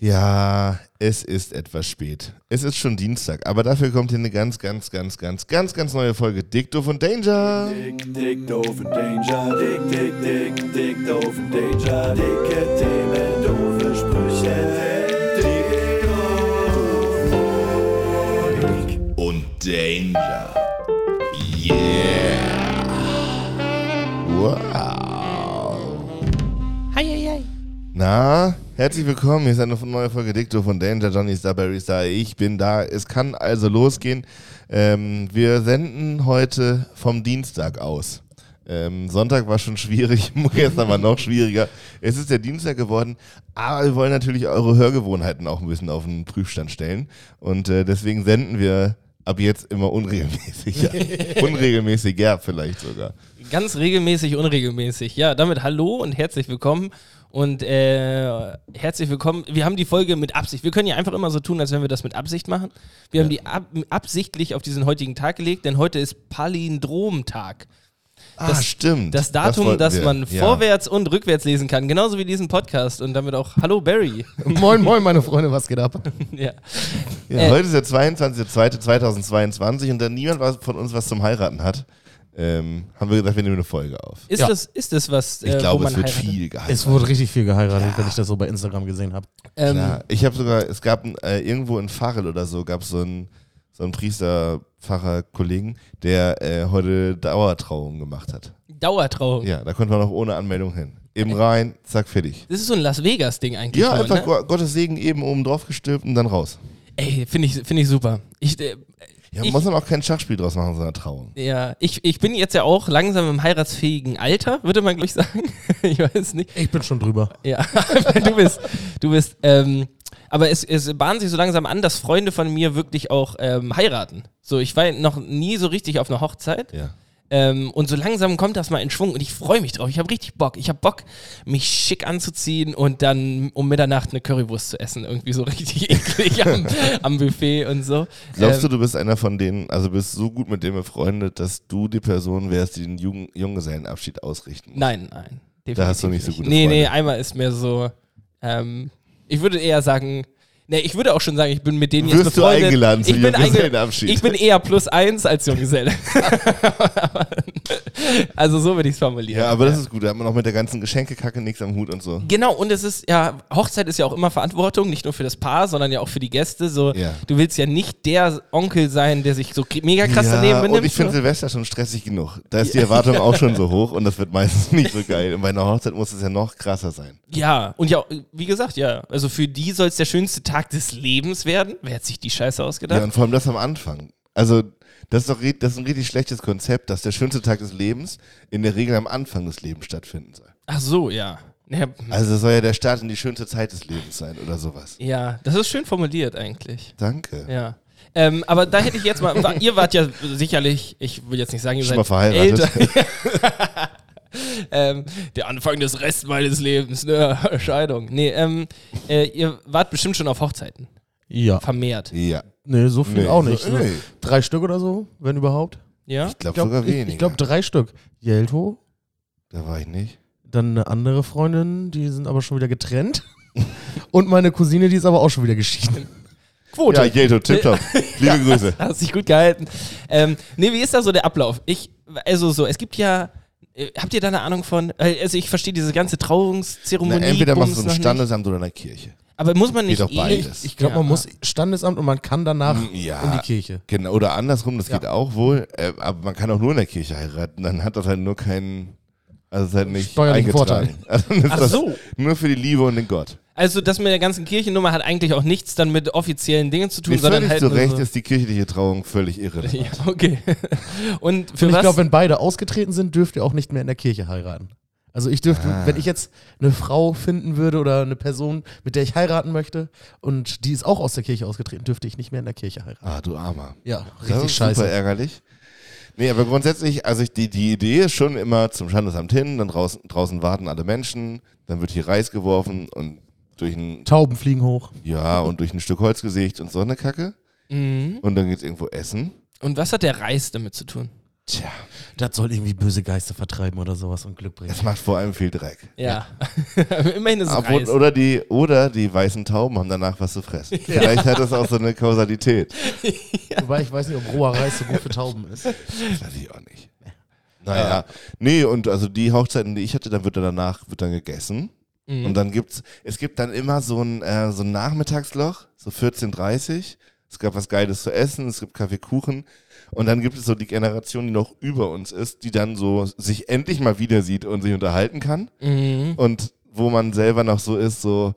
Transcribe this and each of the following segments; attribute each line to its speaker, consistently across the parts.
Speaker 1: Ja, es ist etwas spät. Es ist schon Dienstag, aber dafür kommt hier eine ganz, ganz, ganz, ganz, ganz, ganz neue Folge Dick, Doof und Danger.
Speaker 2: Dick, dick, doof und Danger, dick, dick, dick, dick, doof und Danger, dicke Themen, doofe Sprüche, dick, doof und dick.
Speaker 1: Und Danger. Yeah. Wow.
Speaker 3: Hei, hei, hei.
Speaker 1: Na, herzlich willkommen. Hier ist eine neue Folge Dick, Doof und Danger. Johnny ist da, Barry ist da, ich bin da. Es kann also losgehen. Ähm, wir senden heute vom Dienstag aus. Ähm, Sonntag war schon schwierig, gestern war noch schwieriger. Es ist der Dienstag geworden, aber wir wollen natürlich eure Hörgewohnheiten auch ein bisschen auf den Prüfstand stellen. Und äh, deswegen senden wir ab jetzt immer unregelmäßiger. unregelmäßiger vielleicht sogar.
Speaker 3: Ganz regelmäßig, unregelmäßig. Ja, damit hallo und herzlich willkommen. Und äh, herzlich willkommen. Wir haben die Folge mit Absicht. Wir können ja einfach immer so tun, als wenn wir das mit Absicht machen. Wir haben die ab absichtlich auf diesen heutigen Tag gelegt, denn heute ist Palindromtag.
Speaker 1: Ah,
Speaker 3: Das-
Speaker 1: stimmt.
Speaker 3: Das Datum,
Speaker 1: wollten
Speaker 3: das,
Speaker 1: wir.
Speaker 3: man
Speaker 1: Ja.
Speaker 3: vorwärts und rückwärts lesen kann, genauso wie diesen Podcast und damit auch Hallo Barry.
Speaker 4: Moin, moin, meine Freunde, was geht ab?
Speaker 3: ja.
Speaker 1: Ja,
Speaker 3: Äh.
Speaker 1: heute ist der 22.02.2022 und da niemand was von uns was zum Heiraten hat, ähm, haben wir gesagt, wir nehmen eine Folge auf.
Speaker 3: Ist,
Speaker 4: Ja.
Speaker 3: Das, ist das was?
Speaker 1: Ich
Speaker 3: äh,
Speaker 1: glaube,
Speaker 3: wo man
Speaker 1: es wird
Speaker 3: heiratet?
Speaker 1: viel geheiratet.
Speaker 4: Es wurde richtig viel geheiratet, wenn ich das so bei Instagram gesehen habe.
Speaker 3: Ähm,
Speaker 1: Ja, ich habe sogar, es gab ein, äh, irgendwo in Farel oder so, gab so einen so einen Priester, Pfarrer, Kollegen, der äh, heute Dauertrauung gemacht hat.
Speaker 3: Dauertrauung.
Speaker 1: Ja, da konnte man auch ohne Anmeldung hin. Eben rein, zack, fertig.
Speaker 3: Das ist so ein Las Vegas-Ding eigentlich.
Speaker 1: Ja,
Speaker 3: nur,
Speaker 1: einfach
Speaker 3: Äh. ne?
Speaker 1: Go- Gottes Segen eben oben drauf gestülpt und dann raus.
Speaker 3: Ey, finde ich, find ich super. Ich, äh,
Speaker 1: Ja, man
Speaker 3: Ich-
Speaker 1: muss dann auch kein Schachspiel draus machen, sondern Trauung.
Speaker 3: ja, ich, ich bin jetzt ja auch langsam im heiratsfähigen Alter, würde man gleich sagen. ich weiß nicht.
Speaker 4: Ich bin schon drüber.
Speaker 3: Ja, du bist, du bist, ähm, aber es, es bahnt sich so langsam an, dass Freunde von mir wirklich auch ähm, heiraten. So, ich war noch nie so richtig auf einer Hochzeit
Speaker 1: Ja.
Speaker 3: ähm, und so langsam kommt das mal in Schwung und ich freue mich drauf. Ich habe richtig Bock. Ich habe Bock, mich schick anzuziehen und dann um Mitternacht eine Currywurst zu essen. Irgendwie so richtig eklig am, am Buffet und so.
Speaker 1: Glaubst
Speaker 3: Ähm,
Speaker 1: du, du bist einer von denen, also bist so gut mit dem befreundet, dass du die Person wärst, die den Jung Junggesellenabschied ausrichten muss?
Speaker 3: Nein, nein.
Speaker 1: Da hast du
Speaker 3: definitiv
Speaker 1: nicht so gute
Speaker 3: Nee, nee,
Speaker 1: Freunde.
Speaker 3: einmal ist mir so. Ähm, ich würde eher sagen. Nee, ich würde auch schon sagen, ich bin mit denen jetzt
Speaker 1: Wirst du
Speaker 3: befreundet.
Speaker 1: eingeladen zum
Speaker 3: ich bin
Speaker 1: Junggesellenabschied?
Speaker 3: Ich bin eher plus eins als Junggeselle. Aber- also so würde ich es formulieren.
Speaker 1: Ja, aber das ist gut. Da hat man auch mit der ganzen Geschenkekacke nichts am Hut und so.
Speaker 3: Genau, und es ist ja, Hochzeit ist ja auch immer Verantwortung, nicht nur für das Paar, sondern ja auch für die Gäste. So,
Speaker 1: Ja.
Speaker 3: Du willst ja nicht der Onkel sein, der sich so kri- mega krass daneben benimmt.
Speaker 1: und ich finde
Speaker 3: ne?
Speaker 1: Silvester schon stressig genug. Da ist die Erwartung auch schon so hoch und das wird meistens nicht so geil. Und bei einer Hochzeit muss es ja noch krasser sein.
Speaker 3: Ja, und ja, wie gesagt, ja, also für die soll es der schönste Tag des Lebens werden. Wer hat sich die Scheiße ausgedacht?
Speaker 1: Ja, und vor allem das am Anfang. Also, das ist doch ri- das ist ein richtig schlechtes Konzept, dass der schönste Tag des Lebens in der Regel am Anfang des Lebens stattfinden soll.
Speaker 3: Ach so, ja. ja.
Speaker 1: Also, es soll ja der Start in die schönste Zeit des Lebens sein oder sowas.
Speaker 3: Mhm. Ja, das ist schön formuliert eigentlich.
Speaker 1: Danke.
Speaker 3: Ja. Ähm, aber da hätte ich jetzt mal, wa- ihr wart ja sicherlich, ich will jetzt nicht sagen, ihr
Speaker 1: Schon
Speaker 3: seid
Speaker 1: mal verheiratet.
Speaker 3: älter. ähm, der Anfang des Rest meines Lebens, ne? Scheidung. Nee, ähm, äh, ihr wart bestimmt schon auf Hochzeiten,
Speaker 4: Ja.
Speaker 3: vermehrt.
Speaker 1: Ja.
Speaker 4: Nee, so viel
Speaker 1: Nee,
Speaker 4: auch
Speaker 1: so-
Speaker 4: nicht. So
Speaker 1: nee.
Speaker 4: drei Stück oder so, wenn überhaupt.
Speaker 3: Ja?
Speaker 1: Ich glaube
Speaker 4: glaub,
Speaker 1: sogar
Speaker 4: ich,
Speaker 1: weniger.
Speaker 4: ich glaube drei Stück. Jelto,
Speaker 1: da war ich nicht.
Speaker 4: dann eine andere Freundin, die sind aber schon wieder getrennt. Und meine Cousine, die ist aber auch schon wieder geschieden.
Speaker 3: Quote.
Speaker 1: Ja, Jeto, tipptopp. Liebe Grüße.
Speaker 3: Hast dich gut gehalten. Ähm, nee, wie ist da so der Ablauf? Ich, also so, es gibt ja, äh, habt ihr da eine Ahnung von? Äh, Also ich verstehe diese ganze Trauungszeremonie.
Speaker 1: Na, entweder machst du es
Speaker 3: Bums
Speaker 1: im
Speaker 3: noch nicht.
Speaker 1: Standesamt oder in der Kirche.
Speaker 3: Aber muss man nicht
Speaker 1: Geht auch
Speaker 3: eh,
Speaker 1: beides.
Speaker 4: Ich glaube,
Speaker 3: Ja.
Speaker 4: man muss Standesamt und man kann danach
Speaker 1: Hm, ja.
Speaker 4: in die Kirche.
Speaker 1: Genau, oder andersrum, das
Speaker 4: Ja.
Speaker 1: geht auch wohl, äh, aber man kann auch nur in der Kirche heiraten, dann hat das halt nur keinen, also ist halt nicht
Speaker 4: Steuerlichen
Speaker 1: eingetragen. Also dann ist
Speaker 3: Ach
Speaker 1: das
Speaker 3: so.
Speaker 1: Nur für die Liebe und den Gott.
Speaker 3: Also das mit der ganzen Kirchennummer hat eigentlich auch nichts dann mit offiziellen Dingen zu tun,
Speaker 1: Nicht
Speaker 3: sondern
Speaker 1: völlig
Speaker 3: halt
Speaker 1: zu
Speaker 3: nur
Speaker 1: Recht
Speaker 3: so.
Speaker 1: ist die kirchliche Trauung völlig irre.
Speaker 3: ja, okay. Und für
Speaker 4: Und ich
Speaker 3: was?
Speaker 4: glaube, wenn beide ausgetreten sind, dürft ihr auch nicht mehr in der Kirche heiraten. Also ich dürfte, wenn ich jetzt eine Frau finden würde oder eine Person, mit der ich heiraten möchte und die ist auch aus der Kirche ausgetreten, dürfte ich nicht mehr in der Kirche heiraten.
Speaker 1: Ah, du Armer.
Speaker 4: Ja,
Speaker 1: das
Speaker 4: richtig
Speaker 1: ist
Speaker 4: scheiße.
Speaker 1: Super ärgerlich. Nee, aber grundsätzlich, also ich, die, die Idee ist schon immer zum Standesamt hin, dann draußen, draußen warten alle Menschen, dann wird hier Reis geworfen und durch ein,
Speaker 4: Tauben fliegen hoch.
Speaker 1: ja, und durch ein Stück Holzgesicht und so eine Kacke. Und dann geht's irgendwo essen.
Speaker 3: Und was hat der Reis damit zu tun?
Speaker 1: Tja,
Speaker 4: Das soll irgendwie böse Geister vertreiben oder sowas und Glück bringen.
Speaker 1: das macht vor allem viel Dreck.
Speaker 3: Ja. Immerhin ist es
Speaker 1: Obwohl-
Speaker 3: Reis.
Speaker 1: oder, die, oder die weißen Tauben haben danach was zu fressen. Vielleicht hat das auch so eine Kausalität.
Speaker 4: Wobei ich weiß nicht, ob roher Reis so gut für Tauben ist.
Speaker 1: Das weiß ich auch nicht. Naja, nee, und also die Hochzeiten, die ich hatte, dann wird dann danach wird dann gegessen.
Speaker 3: Mhm.
Speaker 1: Und dann gibt's, es gibt dann immer so ein, äh, so ein Nachmittagsloch, so 14.30 Uhr. Es gab was Geiles zu essen, es gibt Kaffeekuchen. Und dann gibt es so die Generation, die noch über uns ist, die dann so sich endlich mal wieder sieht und sich unterhalten kann.
Speaker 3: Mhm.
Speaker 1: Und wo man selber noch so ist, so,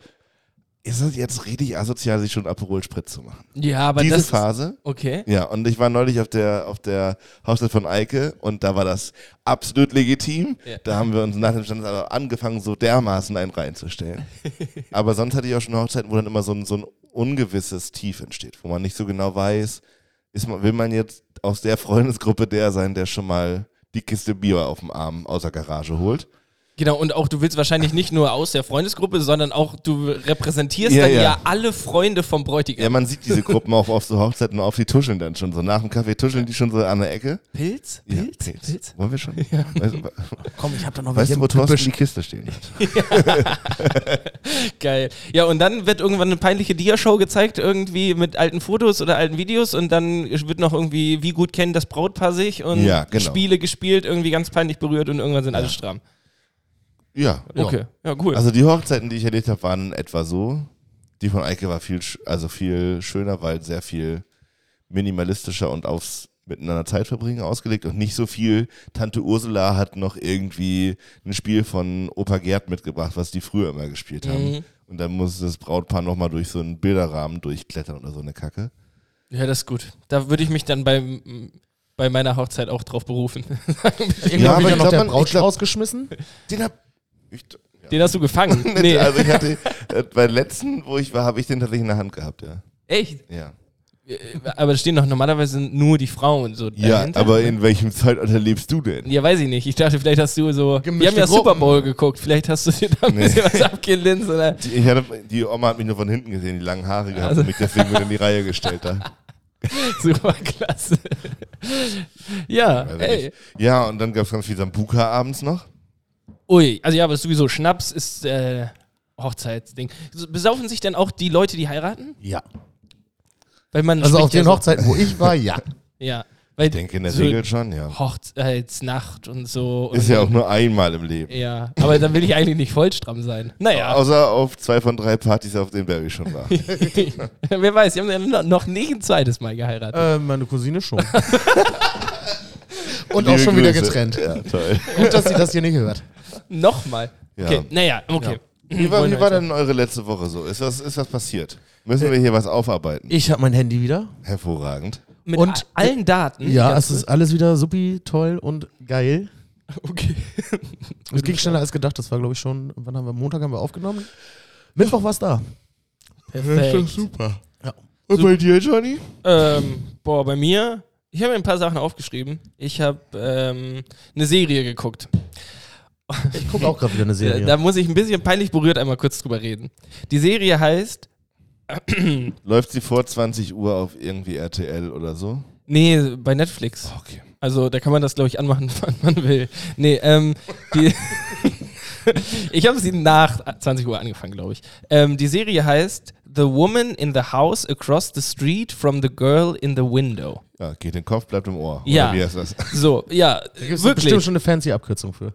Speaker 1: ist es jetzt richtig asozial, sich schon Aperol Spritz zu machen?
Speaker 3: Ja, aber
Speaker 1: Diese
Speaker 3: das.
Speaker 1: Phase.
Speaker 3: okay.
Speaker 1: Ja, und ich war neulich auf der, auf der Hochzeit von Eike und da war das absolut legitim.
Speaker 3: Ja.
Speaker 1: Da haben wir uns nach dem Standesamt angefangen, so dermaßen einen reinzustellen. Aber sonst hatte ich auch schon Hochzeiten, wo dann immer so ein, so ein ungewisses Tief entsteht, wo man nicht so genau weiß, ist man, will man jetzt aus der Freundesgruppe der sein, der schon mal die Kiste Bier auf dem Arm aus der Garage holt.
Speaker 3: Genau, und auch du willst wahrscheinlich nicht nur aus der Freundesgruppe, sondern auch du repräsentierst
Speaker 1: Ja,
Speaker 3: dann ja.
Speaker 1: ja.
Speaker 3: alle Freunde vom Bräutigam.
Speaker 1: Ja, man sieht diese Gruppen auch auf so Hochzeiten auf, die tuscheln dann schon so. Nach dem Kaffee tuscheln die schon so an der Ecke.
Speaker 3: Pilz?
Speaker 1: Ja,
Speaker 3: Pilz? Pilz?
Speaker 1: Wollen wir schon? Weißt, du-
Speaker 4: Komm, ich hab da noch
Speaker 1: weißt du, wo
Speaker 4: welche im
Speaker 1: Thorsten die
Speaker 4: Gebüsch.
Speaker 1: Kiste stehen hat?
Speaker 3: Geil. Ja, und dann wird irgendwann eine peinliche Diashow gezeigt, irgendwie mit alten Fotos oder alten Videos und dann wird noch irgendwie, wie gut kennen das Brautpaar sich und
Speaker 1: Ja, genau.
Speaker 3: Spiele gespielt, irgendwie ganz peinlich berührt und irgendwann sind alle stramm.
Speaker 1: Ja.
Speaker 3: Okay, ja, cool.
Speaker 1: Also die Hochzeiten, die ich erlebt habe, waren etwa so. Die von Eike war viel, sch- also viel schöner, weil sehr viel minimalistischer und aufs miteinander Zeit verbringen ausgelegt und nicht so viel. Tante Ursula hat noch irgendwie ein Spiel von Opa Gerd mitgebracht, was die früher immer gespielt haben.
Speaker 3: Mhm.
Speaker 1: Und dann muss das Brautpaar nochmal durch so einen Bilderrahmen durchklettern oder so eine Kacke.
Speaker 3: ja, das ist gut. Da würde ich mich dann beim, bei meiner Hochzeit auch drauf berufen.
Speaker 4: Irgendwann
Speaker 1: Ja,
Speaker 4: ja,
Speaker 1: aber
Speaker 4: wieder
Speaker 1: ich
Speaker 4: noch
Speaker 1: glaub,
Speaker 4: der
Speaker 1: man- ich
Speaker 4: Brautschlag
Speaker 1: glaub-
Speaker 4: rausgeschmissen.
Speaker 1: Den hab ich.
Speaker 3: Den hast du gefangen. Nee.
Speaker 1: Also ich hatte, äh, beim letzten, wo ich war, habe ich den tatsächlich in der Hand gehabt, ja.
Speaker 3: Echt?
Speaker 1: Ja.
Speaker 3: Äh, Aber da stehen doch normalerweise nur die Frauen so
Speaker 1: Ja,
Speaker 3: dahinter.
Speaker 1: aber in welchem Zeitalter lebst du denn?
Speaker 3: Ja, weiß ich nicht. Ich dachte, vielleicht hast du so. wir haben
Speaker 4: Gemischte
Speaker 3: ja
Speaker 4: Gruppen.
Speaker 3: Super Bowl geguckt. Vielleicht hast du dir da ein
Speaker 1: Nee.
Speaker 3: bisschen was abgelinst oder.
Speaker 1: Die- Ich hatte, die Oma hat mich nur von hinten gesehen, die langen Haare gehabt
Speaker 3: Also-
Speaker 1: und mich deswegen wieder in die Reihe gestellt. Da.
Speaker 3: Super klasse. ja,
Speaker 1: Also
Speaker 3: ey.
Speaker 1: ich, ja, und dann gab es ganz viel Sambuka abends noch.
Speaker 3: Ui, also ja, aber sowieso Schnaps ist äh, Hochzeitsding. So, Besaufen sich dann auch die Leute, die heiraten?
Speaker 4: Ja.
Speaker 3: Weil man
Speaker 4: Also auf
Speaker 3: spricht ja
Speaker 4: den
Speaker 3: so-
Speaker 4: Hochzeiten, wo ich war, ja.
Speaker 3: Ja, weil
Speaker 1: Ich denke in der
Speaker 3: so
Speaker 1: Regel schon, ja.
Speaker 3: Hochzeitsnacht und so. Und
Speaker 1: Ist ja auch nur einmal im Leben.
Speaker 3: Ja, aber dann will ich eigentlich nicht vollstramm sein. Naja,
Speaker 1: Außer auf zwei von drei Partys, auf denen Barry schon war.
Speaker 3: wer weiß, die haben ja no- noch nicht ein zweites Mal geheiratet.
Speaker 4: Äh, meine Cousine schon. Und auch
Speaker 1: Liebe
Speaker 4: schon wieder
Speaker 1: Grüße.
Speaker 4: getrennt.
Speaker 1: Ja, toll.
Speaker 4: Gut, dass sie das hier nicht hört.
Speaker 3: Nochmal.
Speaker 1: Ja.
Speaker 3: Okay, naja, okay.
Speaker 1: Wie war,
Speaker 3: Wollen
Speaker 1: wie
Speaker 3: wir
Speaker 1: war
Speaker 3: jetzt-
Speaker 1: denn eure letzte Woche so? Ist was, ist was passiert? Müssen wir hier was aufarbeiten?
Speaker 4: Ich habe mein Handy wieder.
Speaker 1: Hervorragend.
Speaker 3: Mit
Speaker 4: Und-
Speaker 3: a- allen Daten.
Speaker 4: Ja,
Speaker 3: Ganz
Speaker 4: es ist alles wieder supi, toll und geil.
Speaker 3: gut. Okay.
Speaker 4: Es ging schneller als gedacht. Das war, glaube ich, schon, wann haben wir, Montag haben wir aufgenommen. Mittwoch war es da.
Speaker 3: Perfekt.
Speaker 1: super.
Speaker 4: Ja.
Speaker 1: Und bei dir, Johnny?
Speaker 3: Ähm, boah, bei mir, ich habe mir ein paar Sachen aufgeschrieben. Ich habe ähm, eine Serie geguckt.
Speaker 4: Ich gucke auch gerade wieder eine
Speaker 3: Da,
Speaker 4: Serie.
Speaker 3: da muss ich ein bisschen peinlich berührt einmal kurz drüber reden. Die Serie heißt,
Speaker 1: Läuft sie vor 20 Uhr auf irgendwie RTL oder so?
Speaker 3: nee, bei Netflix.
Speaker 1: Okay.
Speaker 3: Also da kann man das, glaube ich, anmachen, wann man will. Nee, ähm, die ich habe sie nach 20 Uhr angefangen, glaube ich. Ähm, die Serie heißt The Woman in the House Across the Street from the Girl in the Window.
Speaker 1: Ja, geht in den Kopf, bleibt im Ohr.
Speaker 3: Ja.
Speaker 1: Oder wie heißt das?
Speaker 3: So, ja,
Speaker 4: Gibt's
Speaker 3: wirklich.
Speaker 4: bestimmt schon eine fancy Abkürzung für.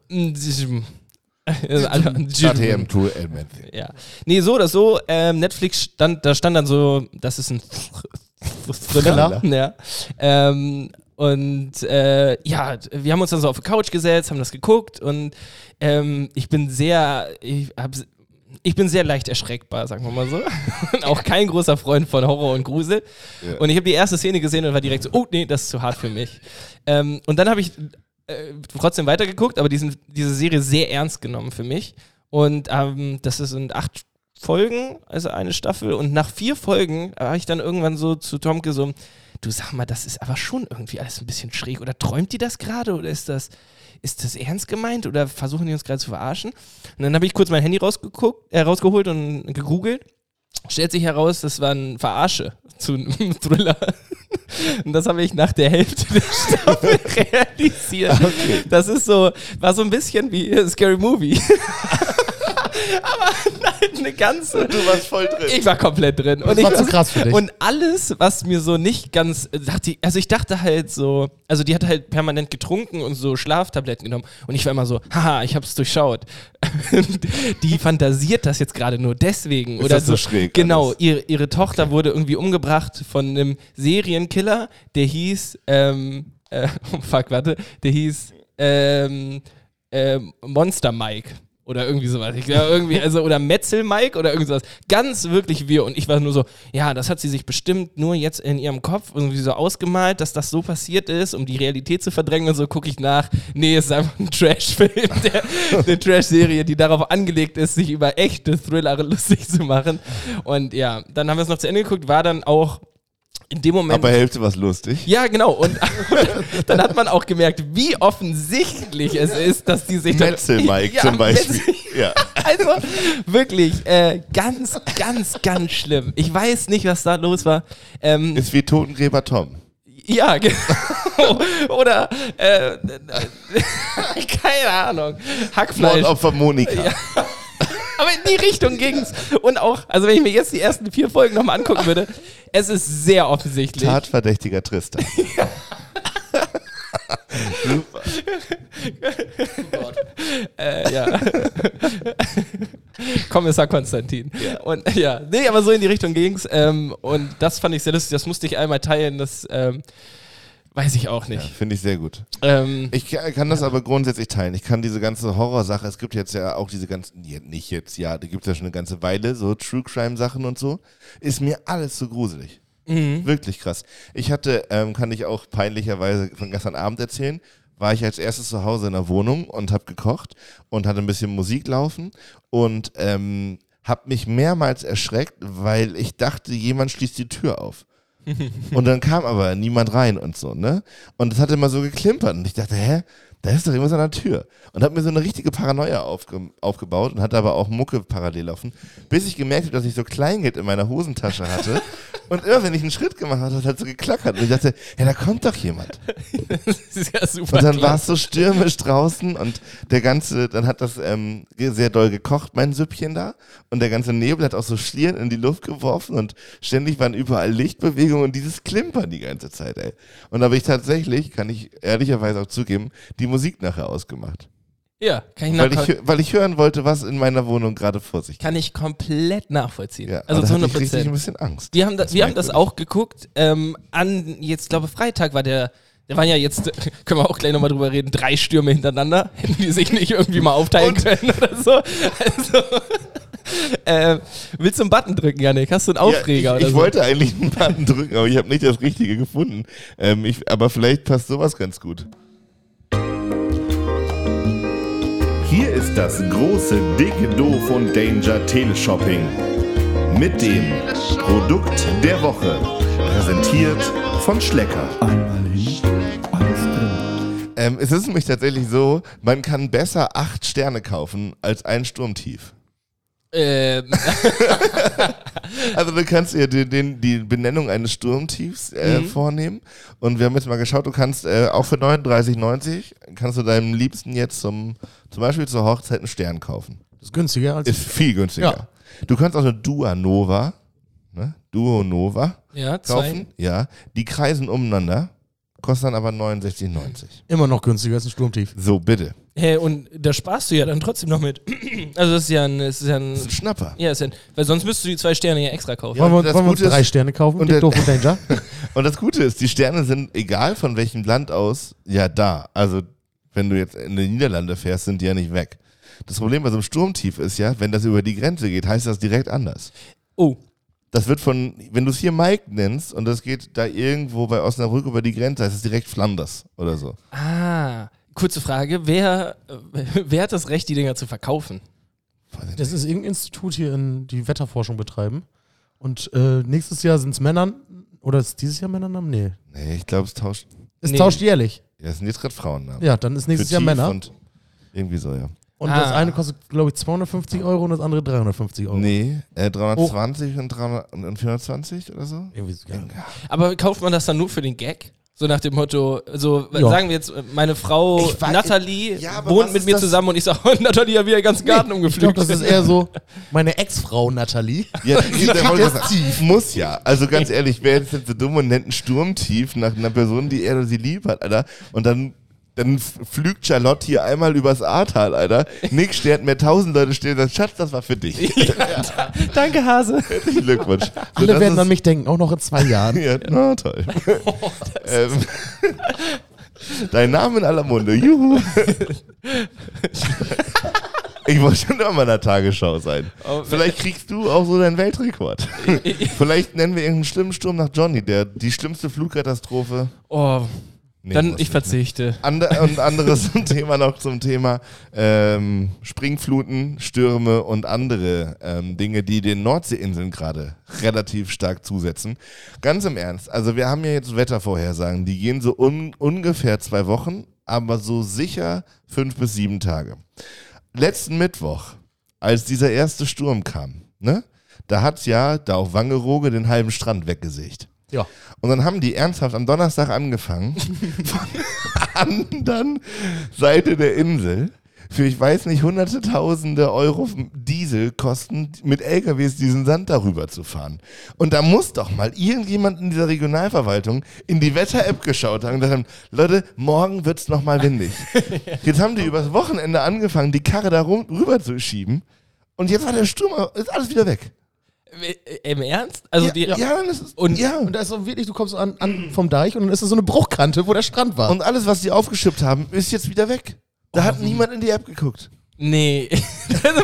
Speaker 3: ATM.
Speaker 1: ATM2 Admin.
Speaker 3: Ja. Nee, so oder so, ähm, Netflix stand, da stand dann so, das ist ein Thriller. Ja. Ähm, und äh, ja, wir haben uns dann so auf die Couch gesetzt, haben das geguckt und ähm, ich bin sehr, ich, hab, ich bin sehr leicht erschreckbar, sagen wir mal so. und auch kein großer Freund von Horror und Grusel.
Speaker 1: Ja.
Speaker 3: Und ich habe die erste Szene gesehen und war direkt so, oh nee, das ist zu hart für mich. ähm, und dann habe ich äh, trotzdem weitergeguckt, aber diesen, diese Serie sehr ernst genommen für mich. Und ähm, das ist in acht Folgen, also eine Staffel. Und nach vier Folgen habe ich dann irgendwann so zu Tomke so, du sag mal, das ist aber schon irgendwie alles ein bisschen schräg. Oder träumt die das gerade? Oder ist das, ist das ernst gemeint? Oder versuchen die uns gerade zu verarschen? Und dann habe ich kurz mein Handy rausgeguckt, äh, rausgeholt und gegoogelt. Stellt sich heraus, das war ein Verarsche zu einem Thriller. Und das habe ich nach der Hälfte der Staffel realisiert.
Speaker 1: Okay.
Speaker 3: Das ist so, war so ein bisschen wie Scary Movie. Aber halt eine ganze.
Speaker 1: Du warst voll drin.
Speaker 3: Ich war komplett drin. Und, ich
Speaker 4: war zu krass für dich.
Speaker 3: und alles, was mir so nicht ganz. Dachte, ich- also ich dachte halt so, also die hat halt permanent getrunken und so Schlaftabletten genommen. Und ich war immer so, haha, ich hab's durchschaut. die fantasiert das jetzt gerade nur deswegen. oder
Speaker 1: das so schräg
Speaker 3: Genau,
Speaker 1: alles?
Speaker 3: ihre, ihre Tochter wurde irgendwie umgebracht von einem Serienkiller, der hieß, ähm, äh, oh fuck, warte, der hieß ähm, ähm, Monster Mike. Oder irgendwie sowas. Ich glaube, irgendwie, also, oder Metzel Mike oder irgend sowas. Ganz wirklich wir. Und ich war nur so, ja, das hat sie sich bestimmt nur jetzt in ihrem Kopf irgendwie so ausgemalt, dass das so passiert ist, um die Realität zu verdrängen. Und so gucke ich nach. Nee, es ist einfach ein Trash-Film. der- Eine Trash-Serie, die darauf angelegt ist, sich über echte Thriller lustig zu machen. Und ja, dann haben wir es noch zu Ende geguckt. War dann auch in dem Moment.
Speaker 1: Ab der Hälfte war es lustig.
Speaker 3: Ja, genau. Und dann hat man auch gemerkt, wie offensichtlich es ist, dass die sich dann-
Speaker 1: Metzel Mike
Speaker 3: Ja,
Speaker 1: zum Beispiel.
Speaker 3: Metzel-
Speaker 1: Ja.
Speaker 3: Also wirklich äh, ganz, ganz, ganz schlimm. Ich weiß nicht, was da los war. Ähm,
Speaker 1: Ist wie Totengräber Tom.
Speaker 3: ja, genau. Oder äh, keine Ahnung. Hackfleisch.
Speaker 1: Mordopfer Monika.
Speaker 3: Aber in die Richtung ging's. Und auch, also wenn ich mir jetzt die ersten vier Folgen nochmal angucken würde, es ist sehr offensichtlich.
Speaker 1: Tatverdächtiger Tristan. Super.
Speaker 3: Äh, ja. Kommissar Konstantin. Und ja, nee, aber so in die Richtung ging's. Ähm, und das fand ich sehr lustig. Das musste ich einmal teilen. Das ähm, weiß ich auch nicht.
Speaker 1: Finde ich sehr gut.
Speaker 3: Ähm,
Speaker 1: Ich ka- kann das aber grundsätzlich teilen. Ich kann diese ganze Horrorsache, es gibt jetzt ja auch diese ganzen, nee, nicht jetzt, ja, da gibt es ja schon eine ganze Weile, so True Crime Sachen und so. Ist mir alles so gruselig. Wirklich krass. Ich hatte, ähm, kann ich auch peinlicherweise von gestern Abend erzählen, war ich als erstes zu Hause in der Wohnung und habe gekocht und hatte ein bisschen Musik laufen und ähm, habe mich mehrmals erschreckt, weil ich dachte, jemand schließt die Tür auf. Und dann kam aber niemand rein und so, ne? Und es hat immer so geklimpert. Und ich dachte, hä? Da ist doch irgendwas an der Tür. Und habe mir so eine richtige Paranoia aufge aufgebaut und hatte aber auch Mucke parallel laufen, bis ich gemerkt habe, dass ich so Kleingeld in meiner Hosentasche hatte. und immer, wenn ich einen Schritt gemacht habe, hat es halt so geklackert. Und ich dachte, ja, da kommt doch jemand.
Speaker 3: das ist ja super.
Speaker 1: Und dann
Speaker 3: klasse.
Speaker 1: war es so stürmisch draußen und der ganze, dann hat das ähm, ge- sehr doll gekocht, mein Süppchen da. Und der ganze Nebel hat auch so Schlieren in die Luft geworfen und ständig waren überall Lichtbewegungen und dieses Klimpern die ganze Zeit, ey. Und da habe ich tatsächlich, kann ich ehrlicherweise auch zugeben, die Musik nachher ausgemacht.
Speaker 3: Ja, kann ich,
Speaker 1: Weil ich,
Speaker 3: nachvoll-
Speaker 1: hö- weil ich hören wollte, was in meiner Wohnung gerade vor sich geht.
Speaker 3: kann ich komplett nachvollziehen.
Speaker 1: Ja,
Speaker 3: also
Speaker 1: und
Speaker 3: zu
Speaker 1: da hatte
Speaker 3: 100
Speaker 1: ich richtig ein bisschen
Speaker 3: Prozent.
Speaker 1: Angst.
Speaker 3: Wir haben das, wir haben das
Speaker 1: merkwürdig.
Speaker 3: auch geguckt. Ähm, an, jetzt glaube Freitag war der. Da waren ja jetzt, können wir auch gleich nochmal drüber reden, drei Stürme hintereinander. Hätten die sich nicht irgendwie mal aufteilen können oder so. Also, äh, willst du einen Button drücken, Janik? Hast du einen Aufreger
Speaker 1: ja, ich,
Speaker 3: oder
Speaker 1: ich
Speaker 3: so?
Speaker 1: wollte eigentlich einen Button drücken, aber ich habe nicht das Richtige gefunden. Ähm, ich, aber vielleicht passt sowas ganz gut.
Speaker 2: Hier ist das große, dicke Doof und Danger Teleshopping. Mit dem Produkt der Woche. Präsentiert von Schlecker.
Speaker 1: Ähm, es ist nämlich tatsächlich so, man kann besser acht Sterne kaufen als ein Sturmtief.
Speaker 3: Ähm,
Speaker 1: Also du kannst dir den, den, die Benennung eines Sturmtiefs äh, vornehmen. Und wir haben jetzt mal geschaut, du kannst äh, auch für 39,90 kannst du deinem Liebsten jetzt zum, zum Beispiel zur Hochzeit einen Stern kaufen.
Speaker 4: Das ist günstiger als.
Speaker 1: Ist viel günstiger. Du kannst auch eine Duanova, ne? Duonova
Speaker 3: ja, zwei.
Speaker 1: kaufen. Ja. Die kreisen umeinander, kosten dann aber 69,90.
Speaker 4: Immer noch günstiger als ein Sturmtief.
Speaker 1: So, bitte.
Speaker 3: Hey, und da sparst du ja dann trotzdem noch mit. Also, das ist ja ein. Das ist ja ein
Speaker 1: Das ist ein Schnapper.
Speaker 3: ja, ist ja ein, weil sonst müsstest du die zwei Sterne ja extra kaufen.
Speaker 1: Ja,
Speaker 4: wollen wir,
Speaker 1: das
Speaker 4: wollen wir uns
Speaker 1: Gute ist-
Speaker 4: drei Sterne kaufen?
Speaker 1: und
Speaker 4: Dick,
Speaker 1: der-
Speaker 4: doof und Danger.
Speaker 1: Und das Gute ist, die Sterne sind, egal von welchem Land aus, ja da. Also, wenn du jetzt in die Niederlande fährst, sind die ja nicht weg. Das Problem bei so einem Sturmtief ist ja, wenn das über die Grenze geht, heißt das direkt anders.
Speaker 3: Oh,
Speaker 1: Das wird von, wenn du es hier Mike nennst und das geht da irgendwo bei Osnabrück über die Grenze, heißt es direkt Flanders oder so.
Speaker 3: ah. Kurze Frage, wer, äh, wer hat das Recht, die Dinger zu verkaufen?
Speaker 4: Das ist irgendein Institut hier, in, die Wetterforschung betreiben. Und äh, nächstes Jahr sind es Männern. Oder ist dieses Jahr Männernamen? Nee.
Speaker 1: Nee, ich glaube, es tauscht.
Speaker 4: Es
Speaker 3: Nee.
Speaker 4: tauscht jährlich.
Speaker 1: Ja, es sind jetzt gerade Frauennamen.
Speaker 4: Ja, dann ist nächstes
Speaker 1: Für
Speaker 4: Jahr
Speaker 1: tief
Speaker 4: Männer.
Speaker 1: Und irgendwie so, ja.
Speaker 4: Und das
Speaker 3: Ah.
Speaker 4: eine kostet, glaube ich, 250 Euro und das andere 350 Euro.
Speaker 1: Nee,
Speaker 4: Oh.
Speaker 1: äh, 320 und, 300, und 420 oder so?
Speaker 4: Irgendwie so, ja.
Speaker 3: Aber kauft man das dann nur für den Gag? So nach dem Motto, so
Speaker 4: Ja.
Speaker 3: sagen wir jetzt, meine Frau
Speaker 1: Ich weiß-
Speaker 3: Nathalie
Speaker 1: Ja, aber was
Speaker 3: wohnt mit
Speaker 1: ist
Speaker 3: mir
Speaker 1: das-
Speaker 3: zusammen und ich sage, oh, Nathalie hat wieder den ganzen Garten
Speaker 4: Ich glaube,
Speaker 3: umgepflügt.
Speaker 4: das ist eher so meine Ex-Frau Nathalie.
Speaker 1: Ja, die, der wollte das Muss ja. Also ganz ehrlich, wer ist jetzt so dumm und nennt einen Sturmtief nach einer Person, die er oder sie lieb hat, Alter? Und dann, dann f- flügt Charlotte hier einmal übers Ahrtal, Alter. Nick stört mehr tausend Leute stehen und sagen, Schatz, das war für dich.
Speaker 3: Danke, Hase.
Speaker 1: Herzlichen Glückwunsch. So,
Speaker 4: Alle
Speaker 1: das
Speaker 4: werden an
Speaker 1: ist-
Speaker 4: mich denken, auch noch in zwei Jahren.
Speaker 1: Ja, na toll. ähm, dein Name in aller Munde. Juhu. Ich wollte schon immer in der Tagesschau sein.
Speaker 3: Oh,
Speaker 1: Vielleicht kriegst du auch so deinen Weltrekord. Vielleicht nennen wir irgendeinen schlimmen Sturm nach Johnny, der die schlimmste Flugkatastrophe.
Speaker 3: Oh,
Speaker 1: Nee,
Speaker 3: dann
Speaker 1: was
Speaker 3: ich
Speaker 1: nicht.
Speaker 3: verzichte.
Speaker 1: Ander und anderes zum Thema noch zum Thema ähm, Springfluten, Stürme und andere ähm, Dinge, die den Nordseeinseln gerade relativ stark zusetzen. Ganz im Ernst, also wir haben ja jetzt Wettervorhersagen, die gehen so un ungefähr zwei Wochen, aber so sicher fünf bis sieben Tage. Letzten Mittwoch, als dieser erste Sturm kam, ne, da hat ja da auf Wangerooge den halben Strand weggesägt.
Speaker 4: Ja.
Speaker 1: Und dann haben die ernsthaft am Donnerstag angefangen, von der anderen Seite der Insel für, ich weiß nicht, hunderte, tausende Euro Diesel kosten, mit LKWs diesen Sand darüber zu fahren. Und da muss doch mal irgendjemand in dieser Regionalverwaltung in die Wetter-App geschaut haben und gesagt haben, Leute, morgen wird's noch mal windig. Jetzt haben die übers Wochenende angefangen, die Karre da rum, rüber zu schieben. Und jetzt war der Sturm, ist alles wieder weg.
Speaker 3: Im Ernst? Also die,
Speaker 1: ja, ja, das ist,
Speaker 3: Und-
Speaker 1: ja.
Speaker 4: Und da ist so wirklich, du kommst an, an vom Deich und dann ist da so eine Bruchkante, wo der Strand war.
Speaker 1: Und alles, was sie aufgeschippt haben, ist jetzt wieder weg.
Speaker 3: Oh,
Speaker 1: Da hat niemand in die App geguckt.
Speaker 3: Nee.
Speaker 1: Wie
Speaker 3: Und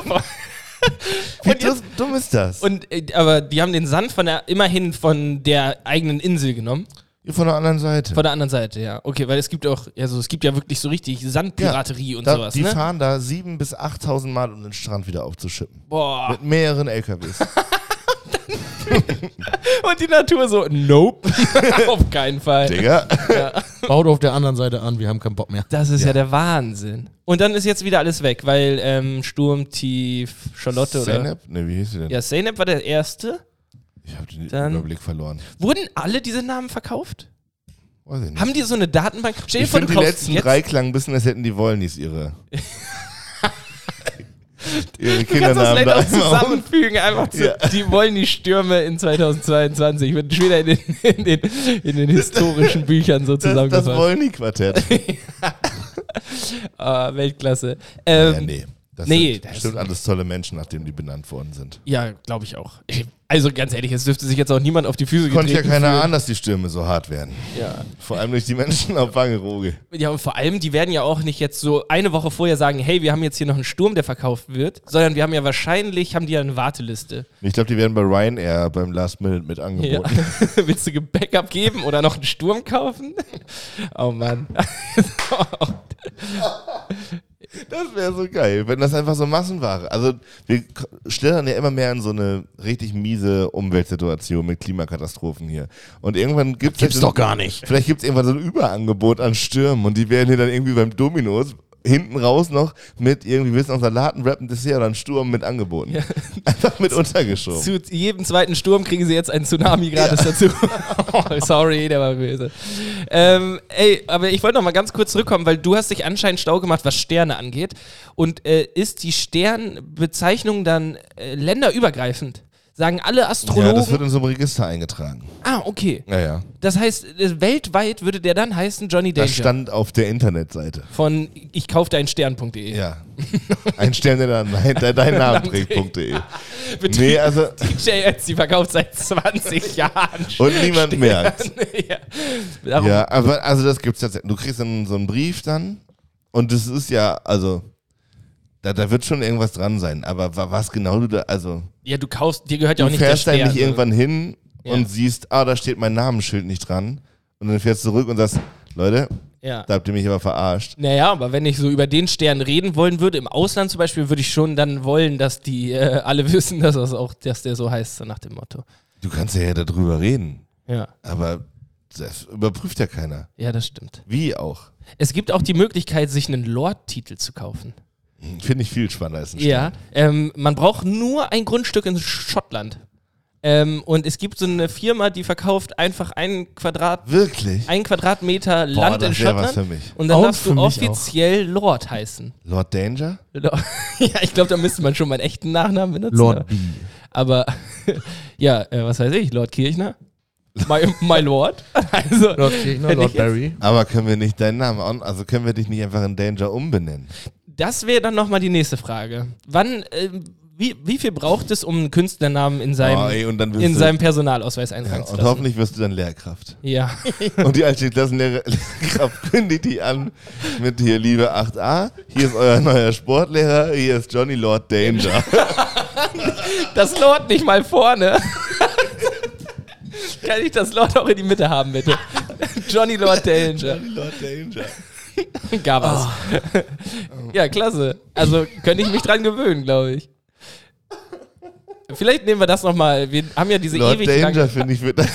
Speaker 3: jetzt-
Speaker 1: dumm- dumm ist das?
Speaker 3: und äh, aber die haben den Sand von der immerhin von der eigenen Insel genommen.
Speaker 1: Von der anderen Seite.
Speaker 3: Von der anderen Seite, ja. Okay, weil es gibt auch, also es gibt ja wirklich so richtig Sandpiraterie und
Speaker 1: da,
Speaker 3: sowas,
Speaker 1: die
Speaker 3: ne?
Speaker 1: fahren da 7.000 bis 8.000 Mal, um den Strand wieder aufzuschippen.
Speaker 3: Boah.
Speaker 1: Mit mehreren LKWs.
Speaker 3: Und die Natur so, nope, auf keinen Fall.
Speaker 1: Digga.
Speaker 4: Baut auf der anderen Seite an, wir haben keinen Bock mehr.
Speaker 3: Das ist ja. der Wahnsinn. Und dann ist jetzt wieder alles weg, weil ähm, Sturmtief Charlotte oder.
Speaker 1: Zeynep? Ne, wie hieß sie denn?
Speaker 3: Ja, Zeynep war der erste.
Speaker 1: Ich habe den
Speaker 3: Dann-
Speaker 1: Überblick verloren.
Speaker 3: Wurden alle diese Namen verkauft?
Speaker 1: Weiß ich nicht.
Speaker 3: Haben die so eine Datenbank? Stell dir
Speaker 1: ich
Speaker 3: vor, du
Speaker 1: finde, die
Speaker 3: kaufst
Speaker 1: letzten
Speaker 3: jetzt,
Speaker 1: drei klangen ein bisschen, als hätten die Wollnies ihre. ihre
Speaker 3: du kannst das
Speaker 1: Kindernamen
Speaker 3: leider
Speaker 1: da
Speaker 3: auch
Speaker 1: einmal um-
Speaker 3: zusammenfügen, einfach zu,
Speaker 1: Ja.
Speaker 3: die wollen die Stürme in 2022, wird schon wieder in den, in den, in den historischen Büchern so
Speaker 1: Das, das
Speaker 3: zusammengefasst.
Speaker 1: Wollny-Quartett.
Speaker 3: Ah, Weltklasse. Ähm,
Speaker 1: ja, nee. Das
Speaker 3: nee,
Speaker 1: sind
Speaker 3: das-
Speaker 1: bestimmt alles tolle Menschen, nachdem die benannt worden sind.
Speaker 3: Ja, glaube ich auch. Also ganz ehrlich, es dürfte sich jetzt auch niemand auf die Füße
Speaker 1: Konnte ja
Speaker 3: getreten
Speaker 1: keiner
Speaker 3: fühlen.
Speaker 1: ahnen, dass die Stürme so hart werden.
Speaker 3: Ja.
Speaker 1: Vor allem durch die Menschen auf Wangerooge.
Speaker 3: ja, und vor allem, die werden ja auch nicht jetzt so eine Woche vorher sagen, hey, wir haben jetzt hier noch einen Sturm, der verkauft wird, sondern wir haben ja wahrscheinlich, haben die ja eine Warteliste.
Speaker 1: Ich glaube, die werden bei Ryanair beim Last Minute mit
Speaker 3: Ja.
Speaker 1: angeboten.
Speaker 3: Willst du Ge- Backup geben oder noch einen Sturm kaufen? Oh Mann.
Speaker 1: Das wäre so geil, wenn das einfach so Massenware. Also wir k- schlittern ja immer mehr in so eine richtig miese Umweltsituation mit Klimakatastrophen hier. Und irgendwann gibt es
Speaker 4: nicht.
Speaker 1: Vielleicht gibt es irgendwann so ein Überangebot an Stürmen und die werden hier dann irgendwie beim Dominos hinten raus noch mit irgendwie wissen aus Salaten, Wrap, ein Dessert oder einen Sturm mit angeboten. Einfach mit untergeschoben.
Speaker 3: Zu jedem zweiten Sturm kriegen sie jetzt einen Tsunami gratis dazu. oh, sorry, der war böse. Ähm, ey, aber ich wollte noch mal ganz kurz zurückkommen, weil du hast dich anscheinend schlau gemacht, was Sterne angeht. Und äh, ist die Sternbezeichnung dann äh, länderübergreifend? Sagen alle
Speaker 1: Ja,
Speaker 3: Astrologen.
Speaker 1: das wird in so einem Register eingetragen.
Speaker 3: ah, okay.
Speaker 1: Naja.
Speaker 3: Das heißt, äh, weltweit würde der dann heißen Johnny
Speaker 1: Das
Speaker 3: Danger.
Speaker 1: stand auf der Internetseite.
Speaker 3: Von ich kauf deinen Stern.de.
Speaker 1: Ja. Ein Stern, der dein, der deinen Namen trägt.de.
Speaker 3: Betrieb
Speaker 1: Nee, also.
Speaker 3: JS, die verkauft seit 20 Jahren.
Speaker 1: Und niemand merkt.
Speaker 3: ja. Darum,
Speaker 1: Ja, aber also das gibt's tatsächlich. Du kriegst dann so einen Brief dann und das ist ja, also, da, da wird schon irgendwas dran sein. Aber wa- was genau du da, also,
Speaker 3: ja, du kaufst, dir gehört ja
Speaker 1: du
Speaker 3: auch nicht
Speaker 1: fährst
Speaker 3: der
Speaker 1: dann
Speaker 3: Stern.
Speaker 1: nicht irgendwann hin
Speaker 3: Ja.
Speaker 1: und siehst, ah, da steht mein Namensschild nicht dran. Und dann fährst du zurück und sagst, Leute,
Speaker 3: Ja.
Speaker 1: da habt ihr mich aber verarscht.
Speaker 3: Naja, aber wenn ich so über den Stern reden wollen würde, im Ausland zum Beispiel, würde ich schon dann wollen, dass die äh, alle wissen, dass das auch, dass der so heißt, so nach dem Motto.
Speaker 1: Du kannst ja darüber reden,
Speaker 3: Ja.
Speaker 1: aber das überprüft ja keiner.
Speaker 3: Ja, das stimmt.
Speaker 1: Wie auch?
Speaker 3: Es gibt auch die Möglichkeit, sich einen Lord-Titel zu kaufen.
Speaker 1: Finde ich viel spannender als ein
Speaker 3: Ja, ähm, man braucht nur ein Grundstück in Schottland. Ähm, und es gibt so eine Firma, die verkauft einfach einen, Quadrat,
Speaker 1: Wirklich?
Speaker 3: einen Quadratmeter
Speaker 1: Boah,
Speaker 3: Land
Speaker 1: das
Speaker 3: in
Speaker 1: wär
Speaker 3: Schottland.
Speaker 1: was für mich.
Speaker 3: Und dann
Speaker 4: Auch
Speaker 3: darfst
Speaker 4: für
Speaker 3: du
Speaker 4: mich auch.
Speaker 3: offiziell Lord heißen.
Speaker 1: Lord Danger?
Speaker 3: Lo- Genau. ja, ich glaube, da müsste man schon meinen echten Nachnamen benutzen.
Speaker 4: Lord
Speaker 3: aber-
Speaker 4: B.
Speaker 3: Aber ja, äh, was weiß ich, Lord Kirchner? My, my Lord? Also,
Speaker 4: Lord Kirchner,
Speaker 3: hätte ich
Speaker 4: Lord
Speaker 3: jetzt-
Speaker 4: Barry.
Speaker 1: Aber können wir nicht deinen Namen, an- also können wir dich nicht einfach in Danger umbenennen?
Speaker 3: Das wäre dann nochmal die nächste Frage. Wann, äh, wie, wie viel braucht es, um einen Künstlernamen in seinem,
Speaker 1: Oh, ey, und dann wirst
Speaker 3: in
Speaker 1: du-
Speaker 3: seinem Personalausweis eintragen zu
Speaker 1: Und
Speaker 3: lassen?
Speaker 1: hoffentlich wirst du dann Lehrkraft.
Speaker 3: Ja.
Speaker 1: Und die Altstadtklassenlehrkraft kündigt die an mit hier, liebe 8a, hier ist euer neuer Sportlehrer, hier ist Johnny Lord Danger.
Speaker 3: Das Lord nicht mal vorne. Kann ich das Lord auch in die Mitte haben, bitte? Johnny Lord Danger.
Speaker 1: Lord Danger.
Speaker 3: Gab es. Ja, klasse. Also könnte ich mich dran gewöhnen, glaube ich. Vielleicht nehmen wir das nochmal. Wir haben ja diese
Speaker 1: Lord
Speaker 3: ewig lange.
Speaker 1: Danger finde ich, wird-
Speaker 3: Das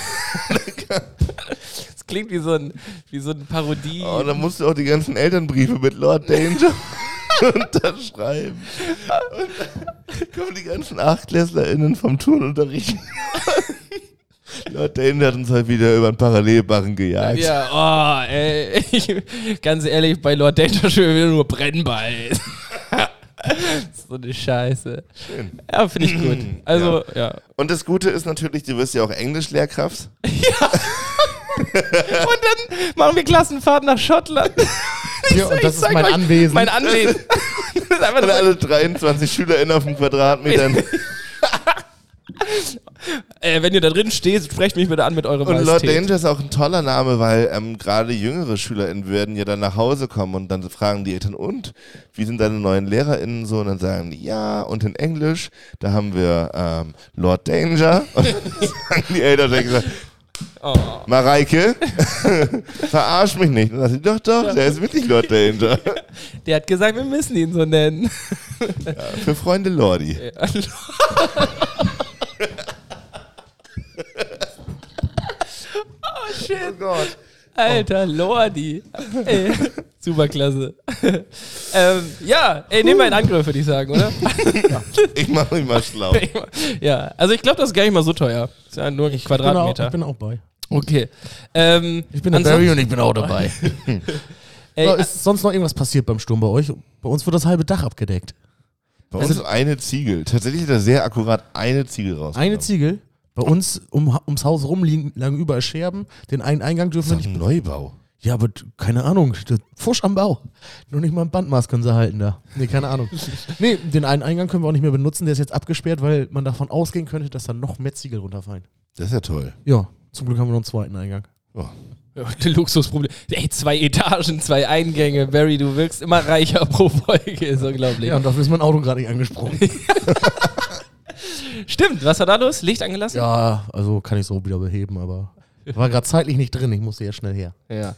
Speaker 3: klingt wie so ein, wie so ein Parodie.
Speaker 1: oh, da musst du auch die ganzen Elternbriefe mit Lord Danger unterschreiben. Und dann kommen die ganzen AchtklässlerInnen vom Turnunterricht. Lord Danger hat uns halt wieder über den Parallelbarren gejagt.
Speaker 3: Ja, oh, ey. Ich, ganz ehrlich, bei Lord Danger schön wieder nur Brennball. so eine Scheiße. Schön. Ja, finde ich gut. Also, ja.
Speaker 1: Und das Gute ist natürlich, du wirst ja auch Englischlehrkraft.
Speaker 3: Und dann machen wir Klassenfahrt nach Schottland.
Speaker 4: Ja, und das
Speaker 3: Ich
Speaker 4: ist
Speaker 3: sag
Speaker 4: mein
Speaker 3: euch,
Speaker 4: Anwesen.
Speaker 3: Mein Anwesen. Das ist einfach
Speaker 1: Und
Speaker 3: das
Speaker 1: alle 23 SchülerInnen auf dem Quadratmetern.
Speaker 3: Äh, wenn ihr da drin steht, sprecht mich bitte an mit eurem
Speaker 1: Und Lord
Speaker 3: Majestät.
Speaker 1: Danger ist auch ein toller Name, weil ähm, gerade jüngere SchülerInnen werden ja dann nach Hause kommen und dann fragen die Eltern, und wie sind deine neuen LehrerInnen so? Und dann sagen die, ja, und in Englisch, da haben wir ähm, Lord Danger. Und dann sagen die Eltern dann gesagt, Mareike, verarsch mich nicht. Und dann sagt sie, doch, doch, der ist wirklich Lord Danger.
Speaker 3: Der hat gesagt, wir müssen ihn so nennen.
Speaker 1: Für Freunde Lordi. Oh Gott.
Speaker 3: Alter, Lordi. Ey, superklasse. ähm, ja, ey, nehmen wir einen Angriff, würde ich sagen, oder?
Speaker 1: Ich mache mich mal schlau.
Speaker 3: ja, also ich glaube, das ist gar nicht mal so teuer. Ist ja nur ein Quadratmeter.
Speaker 4: Genau, Ich bin auch, ich bin auch bei.
Speaker 3: okay. Ähm,
Speaker 4: Ich bin der
Speaker 3: ansonsten-
Speaker 4: Barry und ich bin auch dabei.
Speaker 3: ey,
Speaker 4: so, ist sonst noch irgendwas passiert beim Sturm bei euch? Bei uns wird das halbe Dach abgedeckt.
Speaker 1: Bei uns
Speaker 3: Also
Speaker 1: eine Ziegel. Tatsächlich hat er sehr akkurat eine Ziegel raus.
Speaker 4: Eine Ziegel. Bei uns um, ums Haus rum liegen lagen überall Scherben. Den einen Eingang dürfen wir
Speaker 1: Das
Speaker 4: nicht.
Speaker 1: ist doch ein Neubau.
Speaker 4: Ja, aber d- keine Ahnung. d- Fusch am Bau. Nur nicht mal ein Bandmaß können sie halten da. Nee, keine Ahnung. Nee, den einen Eingang können wir auch nicht mehr benutzen. Der ist jetzt abgesperrt, weil man davon ausgehen könnte, dass da noch mehr Ziegel runterfallen.
Speaker 1: Das ist ja toll.
Speaker 4: Ja, zum Glück haben wir noch einen zweiten Eingang.
Speaker 1: Oh.
Speaker 3: Ja, ein Luxusproblem. Ey, zwei Etagen, zwei Eingänge. Barry, du wirkst immer reicher pro Folge. Ist unglaublich.
Speaker 4: Ja, und dafür ist mein Auto gerade nicht angesprungen.
Speaker 3: Stimmt, was war da los? Licht angelassen?
Speaker 4: ja, also kann ich so wieder beheben, aber war gerade zeitlich nicht drin. Ich musste jetzt schnell her.
Speaker 3: Ja.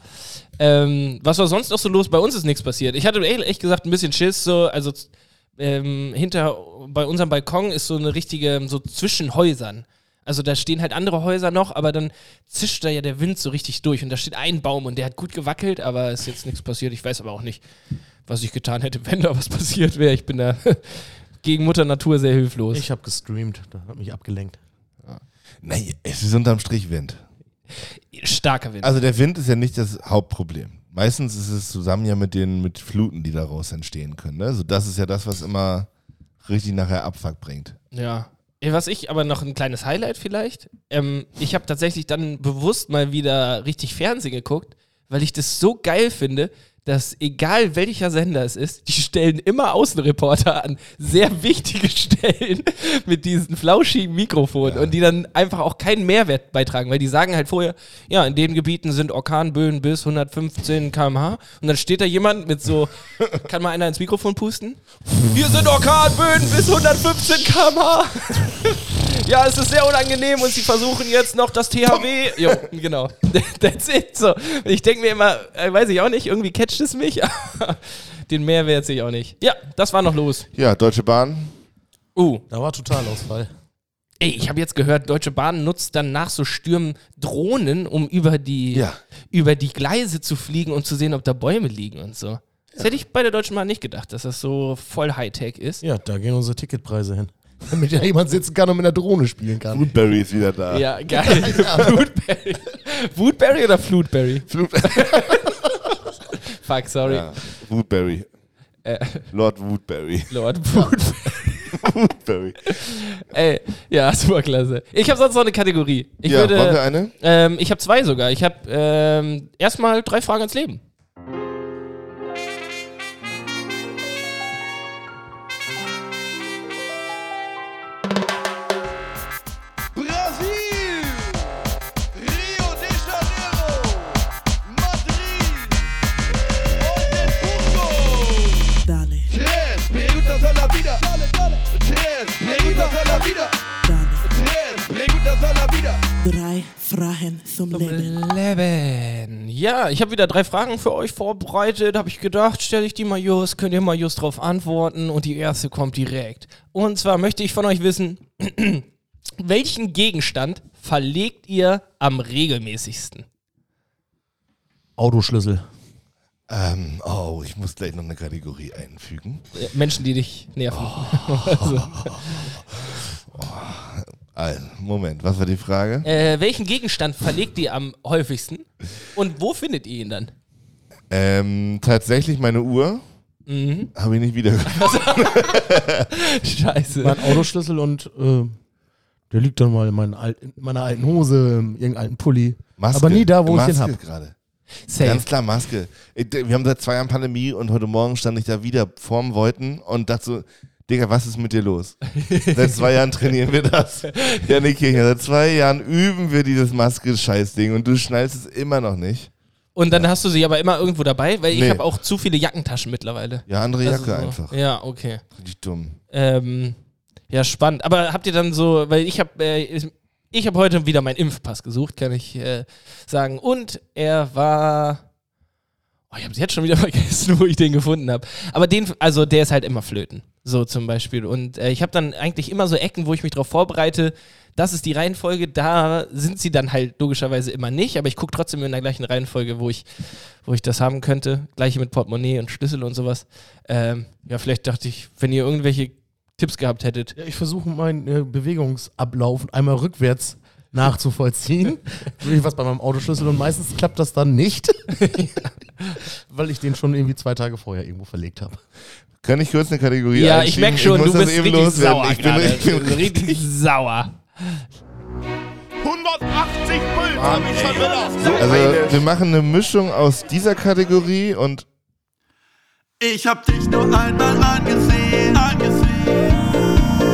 Speaker 3: Ähm, was war sonst noch so los? Bei uns ist nichts passiert. Ich hatte ehrlich ehrlich gesagt ein bisschen Schiss, so, also z- ähm, hinter bei unserem Balkon ist so eine richtige, so zwischen Häusern. Also da stehen halt andere Häuser noch, aber dann zischt da ja der Wind so richtig durch und da steht ein Baum und der hat gut gewackelt, aber ist jetzt nichts passiert. Ich weiß aber auch nicht, was ich getan hätte, wenn da was passiert wäre. Ich bin da gegen Mutter Natur sehr hilflos.
Speaker 4: Ich habe gestreamt. Da hat mich abgelenkt.
Speaker 1: Nein, es ist unterm Strich Wind.
Speaker 3: Starker Wind.
Speaker 1: Also der Wind ist ja nicht das Hauptproblem. Meistens ist es zusammen ja mit den mit Fluten, die daraus entstehen können. Ne? Also das ist ja das, was immer richtig nachher Abfuck bringt.
Speaker 3: Ja. Ey, Was ich aber noch ein kleines Highlight vielleicht. Ähm, ich habe tatsächlich dann bewusst mal wieder richtig Fernsehen geguckt, weil ich das so geil finde, dass egal welcher Sender es ist, die stellen immer Außenreporter an sehr wichtige Stellen mit diesen flauschigen Mikrofonen und die dann einfach auch keinen Mehrwert beitragen, weil die sagen halt vorher, ja, in den Gebieten sind Orkanböen bis 115 km/h und dann steht da jemand mit so, kann mal einer ins Mikrofon pusten? Hier sind Orkanböen bis 115 km/h. Ja, es ist sehr unangenehm und sie versuchen jetzt noch das THW. Jo, genau. That's it. So. Ich denke mir immer, äh, weiß ich auch nicht, irgendwie catcht es mich. aber Den Mehrwert sehe ich auch nicht. Ja, das war noch los.
Speaker 1: Ja, Deutsche Bahn.
Speaker 3: Uh,
Speaker 4: Da war Totalausfall.
Speaker 3: ey, ich habe jetzt gehört, Deutsche Bahn nutzt dann nach so Stürmen Drohnen, um über die,
Speaker 1: Ja.
Speaker 3: über die Gleise zu fliegen und zu sehen, ob da Bäume liegen und so. Das hätte ich bei der Deutschen Bahn nicht gedacht, dass das so voll Hightech ist.
Speaker 4: Ja, da gehen unsere Ticketpreise hin. Damit ja jemand sitzen kann und mit einer Drohne spielen kann.
Speaker 1: Woodberry ist wieder da.
Speaker 3: Ja, geil. Woodberry. Woodberry oder Fluteberry? Fuck, sorry.
Speaker 1: Ja, Woodberry.
Speaker 3: Äh,
Speaker 1: Lord Woodberry.
Speaker 3: Lord Woodberry.
Speaker 1: Woodberry.
Speaker 3: Ey, ja, super klasse. Ich habe sonst noch eine Kategorie. Ich
Speaker 1: ja,
Speaker 3: würde,
Speaker 1: wollen wir eine?
Speaker 3: Ähm, ich habe zwei sogar. Ich habe ähm, erstmal drei Fragen ans Leben.
Speaker 5: Brasil! Rio de Janeiro! Madrid! Oldenburgo!
Speaker 6: Dale,
Speaker 5: Tres preguntas a la vida! Tres preguntas a la vida!
Speaker 6: dale.
Speaker 5: Tres preguntas a la vida!
Speaker 6: Drei Fragen zum Leben.
Speaker 3: Leben. Ja, ich habe wieder drei Fragen für euch vorbereitet. Habe ich gedacht, stelle ich die mal just, könnt ihr mal just drauf antworten und die erste kommt direkt. Und zwar möchte ich von euch wissen, welchen Gegenstand verlegt ihr am regelmäßigsten?
Speaker 4: Autoschlüssel.
Speaker 1: Ähm, oh, ich muss gleich noch eine Kategorie einfügen.
Speaker 3: Äh, Menschen, die dich nerven.
Speaker 1: Also, Moment, was war die Frage?
Speaker 3: Äh, welchen Gegenstand verlegt ihr am häufigsten und wo findet ihr ihn dann?
Speaker 1: Ähm, tatsächlich meine Uhr.
Speaker 3: Mhm.
Speaker 1: Habe ich nicht wieder.
Speaker 3: Scheiße.
Speaker 4: Mein Autoschlüssel und äh, der liegt dann mal in, meinen al- in meiner alten Hose, in irgendeinem alten Pulli. Aber nie da, wo
Speaker 1: Maske
Speaker 4: ich den habe.
Speaker 1: gerade.
Speaker 3: Safe.
Speaker 1: Ganz klar, Maske. Ich- Wir haben seit zwei Jahren Pandemie und heute Morgen stand ich da wieder vorm Wollten und dachte so, Digga, was ist mit dir los? seit zwei Jahren trainieren wir das. Ja, nee, Kirchner, seit zwei Jahren üben wir dieses Maske-Scheiß-Ding und du schnallst es immer noch nicht.
Speaker 3: Und dann hast du sie aber immer irgendwo dabei, weil ich
Speaker 1: Nee.
Speaker 3: habe auch zu viele Jackentaschen mittlerweile.
Speaker 1: Ja, andere
Speaker 3: Das ist
Speaker 1: Jacke
Speaker 3: so.
Speaker 1: einfach.
Speaker 3: Ja, okay.
Speaker 1: Richtig dumm.
Speaker 3: Ähm, ja, spannend. Aber habt ihr dann so, weil ich habe äh, ich- ich habe heute wieder meinen Impfpass gesucht, kann ich äh, sagen. Und er war. Oh, ich habe jetzt schon wieder vergessen, wo ich den gefunden habe. Aber den, also der ist halt immer flöten. So zum Beispiel. Und äh, ich habe dann eigentlich immer so Ecken, wo ich mich darauf vorbereite. Das ist die Reihenfolge. Da sind sie dann halt logischerweise immer nicht. Aber ich gucke trotzdem in der gleichen Reihenfolge, wo ich, wo ich das haben könnte. Gleiche mit Portemonnaie und Schlüssel und sowas. Ähm, ja, vielleicht dachte ich, wenn ihr irgendwelche Tipps gehabt hättet.
Speaker 4: Ja, ich versuche meinen äh, Bewegungsablauf einmal rückwärts nachzuvollziehen. Will ich was bei meinem Autoschlüssel und meistens klappt das dann nicht, weil ich den schon irgendwie zwei Tage vorher irgendwo verlegt habe.
Speaker 1: Kann ich kurz eine Kategorie
Speaker 3: Ja, ich
Speaker 1: einschieben?
Speaker 3: merke schon,
Speaker 1: muss
Speaker 3: du
Speaker 1: das
Speaker 3: bist
Speaker 1: eben
Speaker 3: richtig
Speaker 1: loswerden.
Speaker 3: sauer
Speaker 1: Ich bin,
Speaker 3: gerade.
Speaker 1: ich bin
Speaker 3: Du bist
Speaker 1: richtig
Speaker 3: richtig sauer.
Speaker 2: 180 Puls habe ich schon wieder. So
Speaker 1: Also,
Speaker 2: eine
Speaker 1: wir machen eine Mischung aus dieser Kategorie und
Speaker 5: Ich hab dich nur einmal angesehen, angesehen.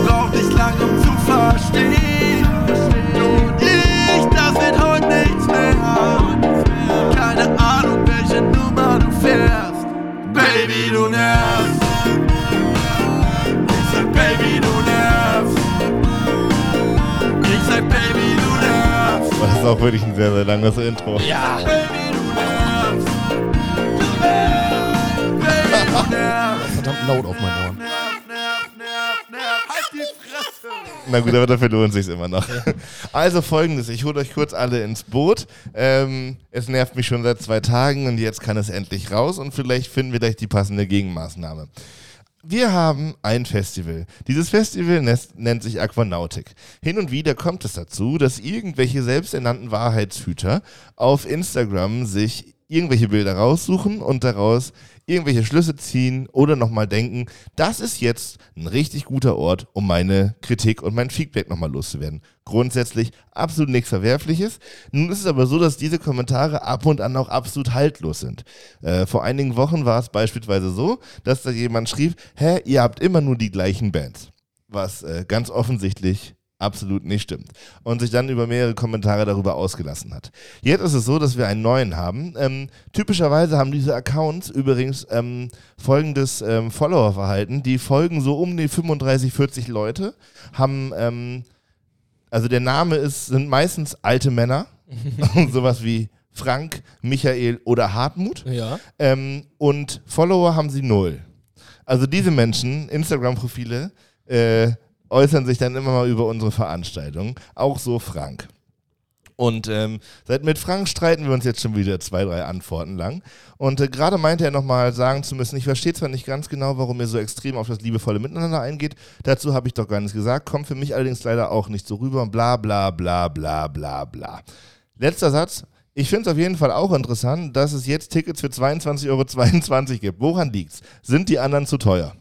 Speaker 5: Brauch nicht lang, um zu verstehen. Du und ich, das wird heute nichts mehr. Keine Ahnung, welche Nummer du fährst. Baby, du nervst. Ich sag, Baby, du nervst. Ich sag, Baby, du nervst.
Speaker 1: das ist auch wirklich ein sehr, sehr langes Intro.
Speaker 3: Ja.
Speaker 4: Verdammt laut auf meinen Ohren.
Speaker 5: Halt
Speaker 1: Na gut, aber dafür lohnt sich's immer noch. Also folgendes, ich hole euch kurz alle ins Boot. Ähm, es nervt mich schon seit zwei Tagen und jetzt kann es endlich raus und vielleicht finden wir gleich die passende Gegenmaßnahme. Wir haben ein Festival. Dieses Festival nes- nennt sich Aquanautik. Hin und wieder kommt es dazu, dass irgendwelche selbsternannten Wahrheitshüter auf Instagram sich irgendwelche Bilder raussuchen und daraus irgendwelche Schlüsse ziehen oder nochmal denken, das ist jetzt ein richtig guter Ort, um meine Kritik und mein Feedback nochmal loszuwerden. Grundsätzlich absolut nichts Verwerfliches. Nun ist es aber so, dass diese Kommentare ab und an auch absolut haltlos sind. Äh, vor einigen Wochen war es beispielsweise so, dass da jemand schrieb, hä, ihr habt immer nur die gleichen Bands. Was äh, ganz offensichtlich absolut nicht stimmt. Und sich dann über mehrere Kommentare darüber ausgelassen hat. Jetzt ist es so, dass wir einen neuen haben. Ähm, typischerweise haben diese Accounts übrigens ähm, folgendes ähm, Followerverhalten. Die folgen so um die 35, 40 Leute, haben... Ähm, also der Name ist, sind meistens alte Männer, sowas wie Frank, Michael oder Hartmut.
Speaker 3: Ja.
Speaker 1: Ähm, und Follower haben sie null. Also diese Menschen, Instagram-Profile, äh, äußern sich dann immer mal über unsere Veranstaltung. Auch so Frank. Und ähm, seit mit Frank streiten wir uns jetzt schon wieder zwei, drei Antworten lang. Und äh, gerade meinte er nochmal sagen zu müssen, ich verstehe zwar nicht ganz genau, warum ihr so extrem auf das liebevolle Miteinander eingeht, dazu habe ich doch gar nichts gesagt, kommt für mich allerdings leider auch nicht so rüber und bla bla bla bla bla bla. Letzter Satz. Ich finde es auf jeden Fall auch interessant, dass es jetzt Tickets für 22,22 Euro gibt. Woran liegt's? Sind die anderen zu teuer?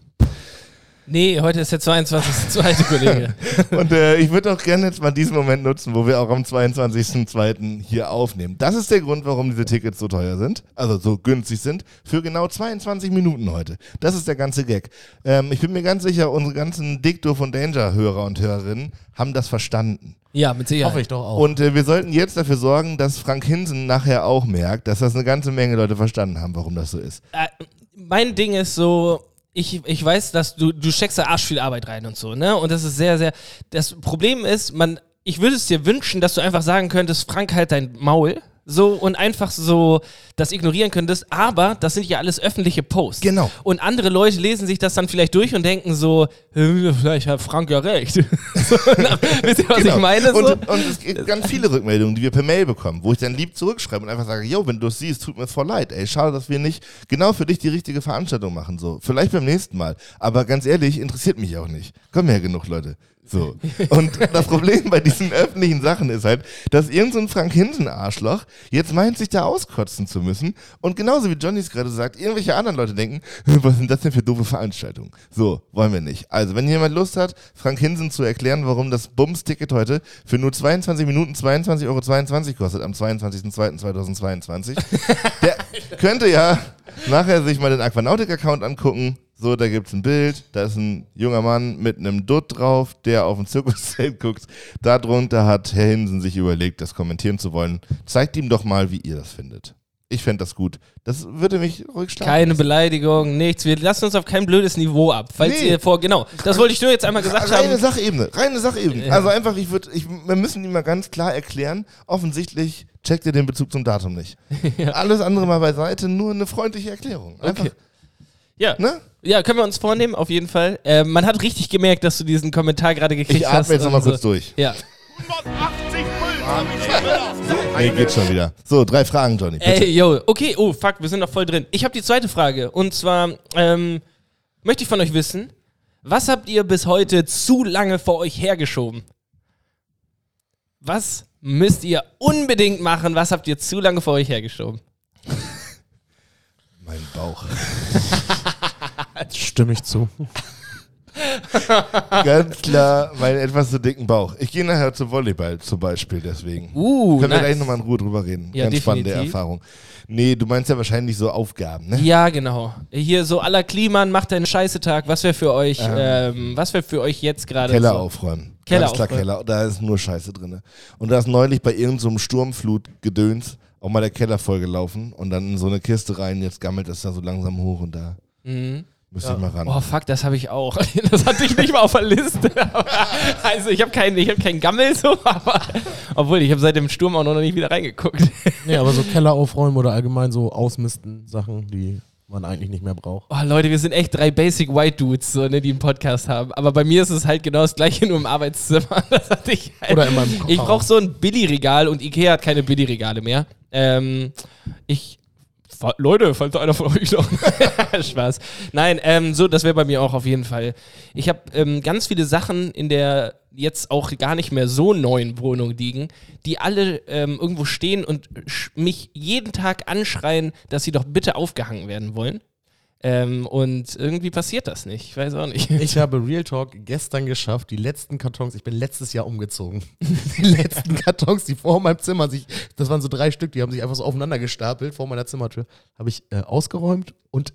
Speaker 3: Nee, heute ist der 22.2., Kollege.
Speaker 1: Und äh, ich würde auch gerne jetzt mal diesen Moment nutzen, wo wir auch am 22.02. hier aufnehmen. Das ist der Grund, warum diese Tickets so teuer sind, also so günstig sind, für genau 22 Minuten heute. Das ist der ganze Gag. Ähm, ich bin mir ganz sicher, unsere ganzen Dicto von Danger-Hörer und Hörerinnen haben das verstanden.
Speaker 3: Ja, mit Sicherheit.
Speaker 4: Hoffe ich doch auch.
Speaker 1: Und äh, wir sollten jetzt dafür sorgen, dass Frank Hinsen nachher auch merkt, dass das eine ganze Menge Leute verstanden haben, warum das so ist.
Speaker 3: äh, mein Ding ist so, ich, ich weiß, dass du, du steckst da arsch viel Arbeit rein und so, ne? Und das ist sehr, sehr. Das Problem ist, man, ich würde es dir wünschen, dass du einfach sagen könntest, Frank, halt dein Maul. So und einfach so das ignorieren könntest, aber das sind ja alles öffentliche Posts.
Speaker 1: Genau.
Speaker 3: Und andere Leute lesen sich das dann vielleicht durch und denken so, "Äh, vielleicht hat Frank ja recht. so, na, wisst ihr, was ich meine? So?
Speaker 1: Genau. Und, und es gibt ganz viele Rückmeldungen, die wir per Mail bekommen, wo ich dann lieb zurückschreibe und einfach sage, yo, wenn du es siehst, tut mir voll leid, ey, schade, dass wir nicht genau für dich die richtige Veranstaltung machen, so. Vielleicht beim nächsten Mal. Aber ganz ehrlich, interessiert mich auch nicht. Kommen ja genug Leute. So. Und das Problem bei diesen öffentlichen Sachen ist halt, dass irgendein so ein Frank Hinsen-Arschloch jetzt meint, sich da auskotzen zu müssen. Und genauso wie Johnny es gerade sagt, irgendwelche anderen Leute denken, was sind das denn für doofe Veranstaltungen? So, wollen wir nicht. Also, wenn jemand Lust hat, Frank Hinsen zu erklären, warum das Bums-Ticket heute für nur 22 Minuten 22,22 Euro kostet am 22.02.2022, der könnte ja nachher sich mal den Aquanautic-Account angucken. So, da gibt's ein Bild, da ist ein junger Mann mit einem Dutt drauf, der auf ein Zirkuszelt guckt. Darunter hat Herr Hinsen sich überlegt, das kommentieren zu wollen. Zeigt ihm doch mal, wie ihr das findet. Ich fände das gut. Das würde mich ruhig starten.
Speaker 3: Keine Beleidigung, nichts. Wir lassen uns auf kein blödes Niveau ab. Falls
Speaker 1: Nee.
Speaker 3: ihr vor, genau, das wollte ich nur jetzt einmal gesagt
Speaker 1: Ah, reine
Speaker 3: haben.
Speaker 1: Sachebene, reine Sachebene.
Speaker 3: Ja.
Speaker 1: Also einfach, ich würde, ich, wir müssen ihm mal ganz klar erklären, offensichtlich checkt ihr den Bezug zum Datum nicht. Alles andere mal beiseite, nur eine freundliche Erklärung. Einfach,
Speaker 3: Okay. Ja.
Speaker 1: ne?
Speaker 3: ja, können wir uns vornehmen, auf jeden Fall. Äh, man hat richtig gemerkt, dass du diesen Kommentar gerade gekriegt
Speaker 1: Ich
Speaker 3: hast.
Speaker 1: atme jetzt nochmal
Speaker 3: Also,
Speaker 1: kurz durch.
Speaker 3: Ja.
Speaker 1: Nee, geht schon wieder. So, drei Fragen, Johnny. bitte.
Speaker 3: Ey, yo, okay, oh fuck, wir sind noch voll drin. Ich habe die zweite Frage und zwar ähm, möchte ich von euch wissen, was habt ihr bis heute zu lange vor euch hergeschoben? Was müsst ihr unbedingt machen? Was habt ihr zu lange vor euch hergeschoben?
Speaker 1: Mein Bauch.
Speaker 4: Stimme ich zu.
Speaker 3: Ah.
Speaker 1: Ganz klar, meinen etwas zu dicken Bauch. Ich gehe nachher zum Volleyball zum Beispiel, deswegen.
Speaker 3: Uh,
Speaker 1: Können wir
Speaker 3: nice.
Speaker 1: gleich nochmal in Ruhe drüber reden.
Speaker 3: Ja,
Speaker 1: Ganz spannende
Speaker 3: definitiv.
Speaker 1: Erfahrung. Nee, du meinst ja wahrscheinlich so Aufgaben, ne?
Speaker 3: Ja, genau. Hier so aller Kliman macht einen Scheißetag. Was wäre für euch, ähm, was wäre für euch jetzt gerade?
Speaker 1: Keller
Speaker 3: so?
Speaker 1: aufräumen.
Speaker 3: Keller
Speaker 1: Ganz klar
Speaker 3: aufräumen.
Speaker 1: Keller. Da ist nur Scheiße drin. ne? Und da ist neulich bei irgendeinem so einem Sturmflutgedöns auch mal der Keller vollgelaufen und dann in so eine Kiste rein. Jetzt gammelt das da so langsam hoch und da müsste ich mal ran.
Speaker 3: Mhm. Oh fuck, das habe ich auch. Das hatte ich nicht mal auf der Liste. Aber, also ich habe keinen, ich habe keinen Gammel so, aber obwohl ich habe seit dem Sturm auch noch nicht wieder reingeguckt.
Speaker 4: Nee, aber so Keller aufräumen oder allgemein so ausmisten Sachen, die man eigentlich nicht mehr braucht.
Speaker 3: Oh Leute, wir sind echt drei Basic White Dudes, so, ne, die einen Podcast haben. Aber bei mir ist es halt genau das gleiche nur im Arbeitszimmer. Das hatte ich halt.
Speaker 4: Oder in meinem Kofferraum.
Speaker 3: Ich brauche so ein Billy-Regal und Ikea hat keine Billy-Regale mehr. Ähm, ich. Fa- Leute, falls einer von euch noch. Spaß. Nein, ähm, so, das wäre bei mir auch auf jeden Fall. Ich habe ähm, ganz viele Sachen in der jetzt auch gar nicht mehr so neuen Wohnung liegen, die alle ähm, irgendwo stehen und sch- mich jeden Tag anschreien, dass sie doch bitte aufgehangen werden wollen. Ähm, und irgendwie passiert das nicht. Ich weiß auch nicht.
Speaker 4: Ich habe Real Talk gestern geschafft, die letzten Kartons, ich bin letztes Jahr umgezogen. Die letzten Kartons, die vor meinem Zimmer sich, das waren so drei Stück, die haben sich einfach so aufeinander gestapelt vor meiner Zimmertür, habe ich äh, ausgeräumt und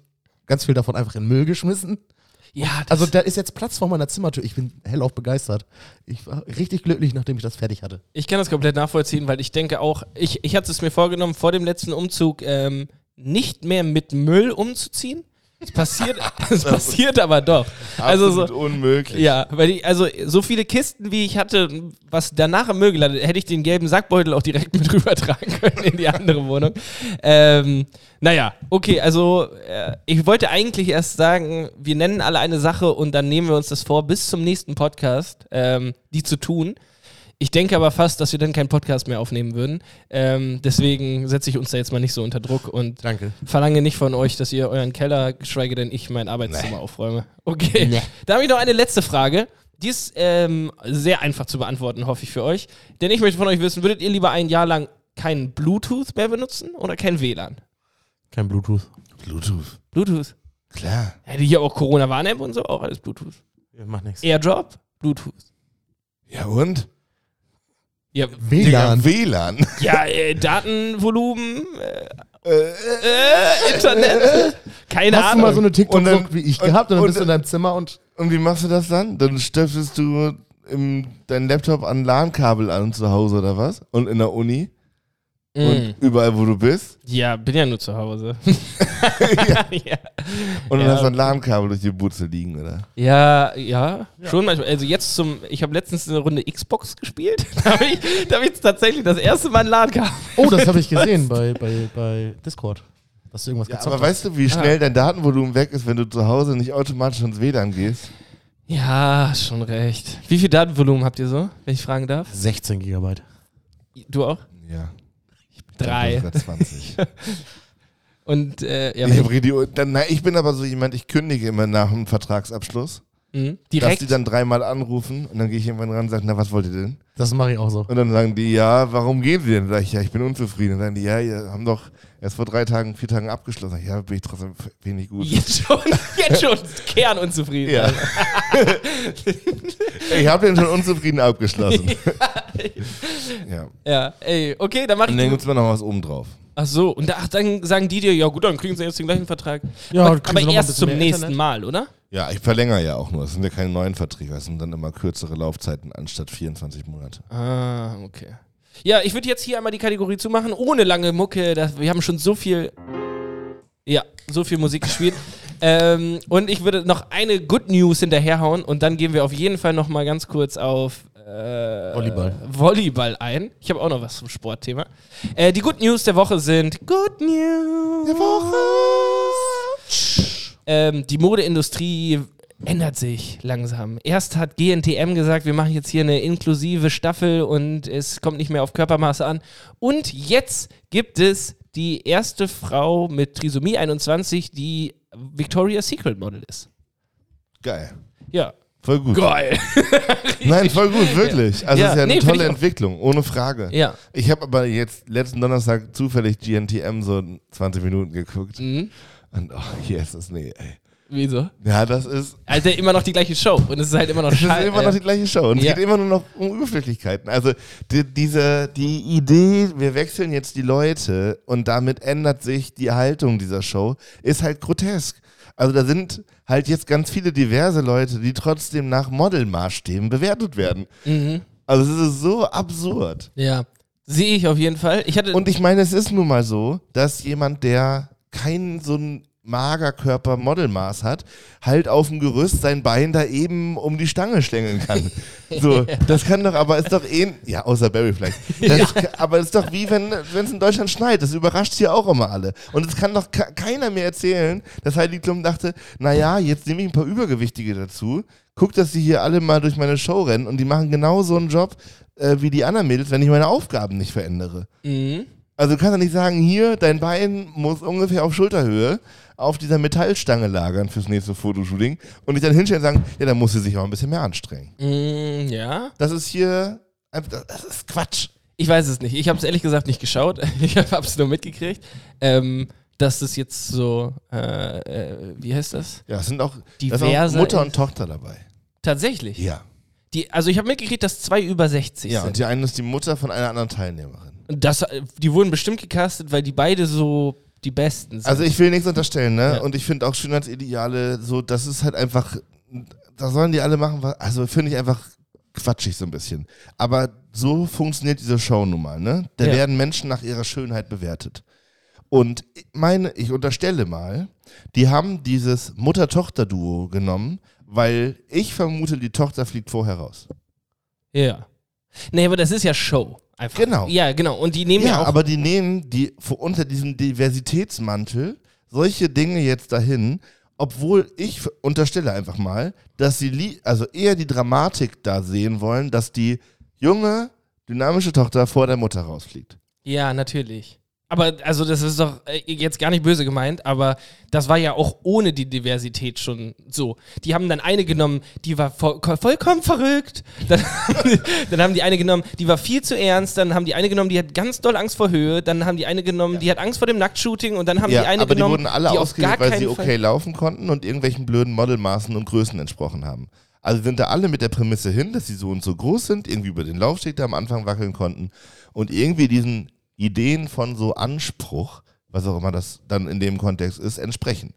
Speaker 4: ganz viel davon einfach in Müll geschmissen.
Speaker 3: Ja, das
Speaker 4: Also da ist jetzt Platz vor meiner Zimmertür. Ich bin hellauf begeistert. Ich war richtig glücklich, nachdem ich das fertig hatte.
Speaker 3: Ich kann das komplett nachvollziehen, weil ich denke auch, ich, ich hatte es mir vorgenommen, vor dem letzten Umzug ähm, nicht mehr mit Müll umzuziehen. Es passiert, es passiert aber doch. Also
Speaker 1: Absolut
Speaker 3: so,
Speaker 1: unmöglich.
Speaker 3: ja, weil ich, also so viele Kisten, wie ich hatte, was danach im Müll gelandet, hätte ich den gelben Sackbeutel auch direkt mit rübertragen können in die andere Wohnung. Ähm, naja, okay, also äh, ich wollte eigentlich erst sagen, wir nennen alle eine Sache und dann nehmen wir uns das vor, bis zum nächsten Podcast, ähm, die zu tun. Ich denke aber fast, dass wir dann keinen Podcast mehr aufnehmen würden. Ähm, deswegen setze ich uns da jetzt mal nicht so unter Druck und
Speaker 4: Danke.
Speaker 3: verlange nicht von euch, dass ihr euren Keller, geschweige denn ich, mein Arbeitszimmer aufräume. Okay. Da habe ich noch eine letzte Frage. Die ist ähm, sehr einfach zu beantworten, hoffe ich für euch. Denn ich möchte von euch wissen, würdet ihr lieber ein Jahr lang keinen Bluetooth mehr benutzen oder kein WLAN?
Speaker 4: Kein Bluetooth.
Speaker 1: Bluetooth.
Speaker 3: Bluetooth.
Speaker 1: Klar.
Speaker 3: Hätte hier auch Corona-Warn-App und so, auch alles Bluetooth.
Speaker 4: Macht nichts.
Speaker 3: Airdrop, Bluetooth.
Speaker 1: Ja und?
Speaker 3: Ja,
Speaker 1: Digga, WLAN.
Speaker 3: ja äh, Datenvolumen, äh, äh, Internet, keine
Speaker 4: Hast du
Speaker 3: Ahnung.
Speaker 4: mal so eine
Speaker 1: Und dann-
Speaker 4: TikTok wie ich
Speaker 1: und-
Speaker 4: gehabt und dann
Speaker 1: und-
Speaker 4: bist du in deinem Zimmer und
Speaker 1: Und wie machst du das dann? Dann stöpselst du im, deinen Laptop an LAN-Kabel an zu Hause oder was? Und in der Uni?
Speaker 3: Mhm.
Speaker 4: Mm.
Speaker 1: Und überall, wo du bist?
Speaker 3: ja, bin ja nur zu Hause. ja.
Speaker 1: Und dann
Speaker 3: Ja,
Speaker 1: hast du ein LAN-Kabel durch die Butze liegen, oder?
Speaker 3: Ja, ja, schon manchmal. Also jetzt zum, ich habe letztens eine Runde Xbox gespielt. Da habe ich, da hab ich jetzt tatsächlich das erste Mal einen Laden gehabt.
Speaker 4: Oh, das habe ich gesehen bei, bei, bei Discord. Dass du irgendwas
Speaker 1: Ja,
Speaker 4: gezockt
Speaker 1: aber weißt du, wie schnell dein Datenvolumen weg ist, wenn du zu Hause nicht automatisch ins WLAN gehst?
Speaker 3: Ja, schon recht. Wie viel Datenvolumen habt ihr so, wenn ich fragen darf?
Speaker 4: hast. 16 Gigabyte.
Speaker 3: Du auch?
Speaker 1: Ja.
Speaker 3: Drei.
Speaker 1: Sogar 20.
Speaker 3: Und äh, ja,
Speaker 1: ich,
Speaker 3: wenn
Speaker 1: hab richtig- dann, na, ich bin aber so jemand, ich kündige immer nach dem Vertragsabschluss,
Speaker 3: ich, mhm,
Speaker 1: dass die
Speaker 3: direkt.
Speaker 1: dann dreimal anrufen und dann gehe ich irgendwann ran und sage, na, was wollt ihr denn?
Speaker 4: Das mache ich auch so.
Speaker 1: Und dann sagen die, ja, warum gehen sie denn? Sag ich, ja, ich bin unzufrieden. Dann sagen die, ja, ihr haben doch erst vor drei Tagen, vier Tagen abgeschlossen. Sag ich, ja, bin ich trotzdem f- wenig gut.
Speaker 3: Jetzt schon, jetzt schon kernunzufrieden.
Speaker 1: Ja. ich habe den schon unzufrieden abgeschlossen. ja.
Speaker 3: ja, ey, okay, dann mach ich.
Speaker 1: Und dann gibt's mal noch was oben drauf.
Speaker 3: Ach so, und da, ach, dann sagen die dir, ja gut, dann kriegen sie jetzt den gleichen Vertrag.
Speaker 4: Ja,
Speaker 3: aber
Speaker 4: dann kriegen sie
Speaker 3: aber
Speaker 4: noch mal ein
Speaker 3: erst
Speaker 4: bisschen
Speaker 3: zum
Speaker 4: mehr
Speaker 3: nächsten
Speaker 4: Internet.
Speaker 3: Mal, oder?
Speaker 1: Ja, ich verlängere ja auch nur. Es sind ja keine neuen Verträge. Es sind dann immer kürzere Laufzeiten anstatt 24 Monate.
Speaker 3: Ah, okay. Ja, ich würde jetzt hier einmal die Kategorie zumachen, ohne lange Mucke. Das, wir haben schon so viel, ja, so viel Musik gespielt. ähm, und ich würde noch eine Good News hinterherhauen und dann gehen wir auf jeden Fall nochmal ganz kurz auf äh,
Speaker 4: Volleyball.
Speaker 3: Volleyball ein. Ich habe auch noch was zum Sportthema. Äh, die Good News der Woche sind Good News der Woche. Ähm, die Modeindustrie ändert sich langsam. Erst hat GNTM gesagt, wir machen jetzt hier eine inklusive Staffel und es kommt nicht mehr auf Körpermaße an. Und jetzt gibt es die erste Frau mit Trisomie 21, die Victoria's Secret Model ist.
Speaker 1: Geil.
Speaker 3: Ja.
Speaker 1: Voll gut.
Speaker 3: Geil.
Speaker 1: Nein, voll gut, wirklich. Also
Speaker 3: Ja.
Speaker 1: es ist ja eine
Speaker 3: Nee, find
Speaker 1: tolle
Speaker 3: ich auch.
Speaker 1: Entwicklung, ohne Frage.
Speaker 3: Ja.
Speaker 1: Ich habe aber jetzt letzten Donnerstag zufällig GNTM so 20 Minuten geguckt.
Speaker 3: Mhm.
Speaker 1: Und oh, Jesus, nee, ey.
Speaker 3: Wieso?
Speaker 1: Ja, das ist,
Speaker 3: Also immer noch die gleiche Show und es ist halt immer noch
Speaker 1: das ist
Speaker 3: scheiße.
Speaker 1: immer noch die gleiche Show. Und
Speaker 3: Ja.
Speaker 1: es geht immer nur noch um Überflüssigkeiten. Also die, diese, die Idee, wir wechseln jetzt die Leute und damit ändert sich die Haltung dieser Show, ist halt grotesk. Also da sind halt jetzt ganz viele diverse Leute, die trotzdem nach Modelmaßstäben bewertet werden.
Speaker 3: Mhm.
Speaker 1: Also es ist so absurd.
Speaker 3: ja. Sehe ich auf jeden Fall. Ich hatte
Speaker 1: Und ich meine, es ist nun mal so, dass jemand, der kein so ein Magerkörper Modelmaß hat, halt auf dem Gerüst sein Bein da eben um die Stange schlängeln kann. So, das kann doch, aber ist doch eh, ja, außer Barry vielleicht. Das, Aber ist doch wie, wenn es in Deutschland schneit, das überrascht hier auch immer alle. Und es kann doch ke- keiner mehr erzählen, dass Heidi Klum dachte, naja, jetzt nehme ich ein paar Übergewichtige dazu, guck, dass die hier alle mal durch meine Show rennen und die machen genau so einen Job äh, wie die anderen Mädels, wenn ich meine Aufgaben nicht verändere.
Speaker 3: mm,
Speaker 1: Also du kannst ja nicht sagen, hier, dein Bein muss ungefähr auf Schulterhöhe auf dieser Metallstange lagern fürs nächste Fotoshooting und dich dann hinstellen und sagen, ja, da muss sie sich auch ein bisschen mehr anstrengen.
Speaker 3: Mm, ja.
Speaker 1: Das ist hier, einfach- das ist Quatsch.
Speaker 3: Ich weiß es nicht. Ich habe es ehrlich gesagt nicht geschaut. Ich habe es nur mitgekriegt. Ähm, dass das jetzt so, äh, äh, wie heißt das?
Speaker 1: Ja, es sind auch, da ist auch
Speaker 3: Diverse
Speaker 1: Mutter
Speaker 3: ist-
Speaker 1: und Tochter dabei.
Speaker 3: Tatsächlich.
Speaker 1: Ja.
Speaker 3: Die, also ich habe mitgekriegt, dass zwei über 60
Speaker 1: Ja, und
Speaker 3: sind.
Speaker 1: die eine ist die Mutter von einer anderen Teilnehmerin.
Speaker 3: Und Das, äh, die wurden bestimmt gecastet, weil die beide so die Besten sind.
Speaker 1: Also ich will nichts unterstellen, ne?
Speaker 3: Ja.
Speaker 1: Und ich finde auch Schönheitsideale, so, das ist halt einfach, da sollen die alle machen, was, also finde ich einfach quatschig so ein bisschen. Aber so funktioniert diese Show nun mal, ne? Da
Speaker 3: Ja.
Speaker 1: werden Menschen nach ihrer Schönheit bewertet. Und ich meine, ich unterstelle mal, die haben dieses Mutter-Tochter-Duo genommen, weil ich vermute, die Tochter fliegt vorher raus.
Speaker 3: ja. Nee, aber das ist ja Show. Einfach.
Speaker 1: Genau.
Speaker 3: Ja, genau. Und die nehmen ja,
Speaker 1: Ja,
Speaker 3: auch.
Speaker 1: aber die nehmen die vor- unter diesem Diversitätsmantel solche Dinge jetzt dahin, obwohl ich f- unterstelle einfach mal, dass sie lie- also eher die Dramatik da sehen wollen, dass die junge dynamische Tochter vor der Mutter rausfliegt.
Speaker 3: Ja, natürlich. Aber also das ist doch äh, jetzt gar nicht böse gemeint, aber das war ja auch ohne die Diversität schon so. Die haben dann eine genommen, die war voll, vollkommen verrückt. Dann, dann haben die eine genommen, die war viel zu ernst. Dann haben die eine genommen, die hat ganz doll Angst vor Höhe. Dann haben die eine genommen, die hat Angst vor dem Nacktshooting. Und dann haben die eine
Speaker 1: aber
Speaker 3: genommen,
Speaker 1: die wurden alle
Speaker 3: die auf
Speaker 1: ausgewählt,
Speaker 3: gar
Speaker 1: weil
Speaker 3: keinen
Speaker 1: sie
Speaker 3: Fall-
Speaker 1: okay laufen konnten und irgendwelchen blöden Modelmaßen und Größen entsprochen haben. Also sind da alle mit der Prämisse hin, dass sie so und so groß sind, irgendwie über den Laufsteg da am Anfang wackeln konnten und irgendwie diesen Ideen von so Anspruch, was auch immer das dann in dem Kontext ist, entsprechen.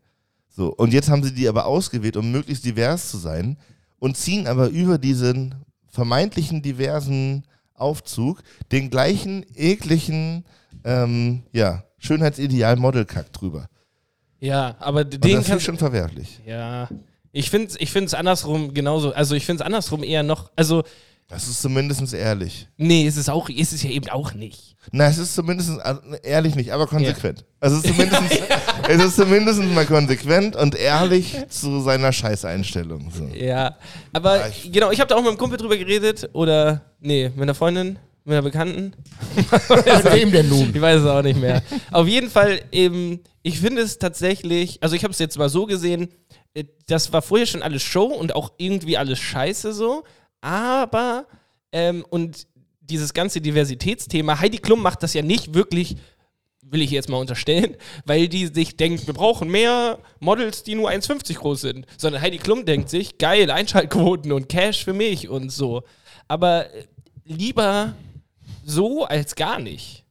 Speaker 1: So, und jetzt haben sie die aber ausgewählt, um möglichst divers zu sein und ziehen aber über diesen vermeintlichen diversen Aufzug den gleichen ekligen ähm, ja, Schönheitsideal-Modelkack drüber.
Speaker 3: Ja, aber
Speaker 1: Und
Speaker 3: den
Speaker 1: das ist
Speaker 3: kannst
Speaker 1: schon verwerflich.
Speaker 3: Ja. Ich finde es ich find's andersrum genauso. Also ich finde es andersrum eher noch. Also,
Speaker 1: Das ist zumindest ehrlich.
Speaker 3: nee, es ist auch, ist es ja eben auch nicht.
Speaker 1: Na, es ist zumindest also, ehrlich nicht, aber konsequent. Also es ist zumindest, es ist zumindest mal konsequent und ehrlich zu seiner Scheißeinstellung. So.
Speaker 3: Ja. Aber
Speaker 1: Ja, ich-
Speaker 3: genau, ich habe da auch mit einem Kumpel drüber geredet oder nee, mit einer Freundin, mit einer Bekannten.
Speaker 4: Mit wem denn nun?
Speaker 3: Ich weiß es auch nicht mehr. Auf jeden Fall, eben, ich finde es tatsächlich, also ich habe es jetzt mal so gesehen, äh, das war vorher schon alles Show und auch irgendwie alles scheiße so, aber, ähm, und dieses ganze Diversitätsthema, Heidi Klum macht das ja nicht wirklich, will ich jetzt mal unterstellen, weil die sich denkt, wir brauchen mehr Models, die nur 1,50 groß sind, sondern Heidi Klum denkt sich, geil, Einschaltquoten und Cash für mich und so. Aber äh, lieber so als gar nicht.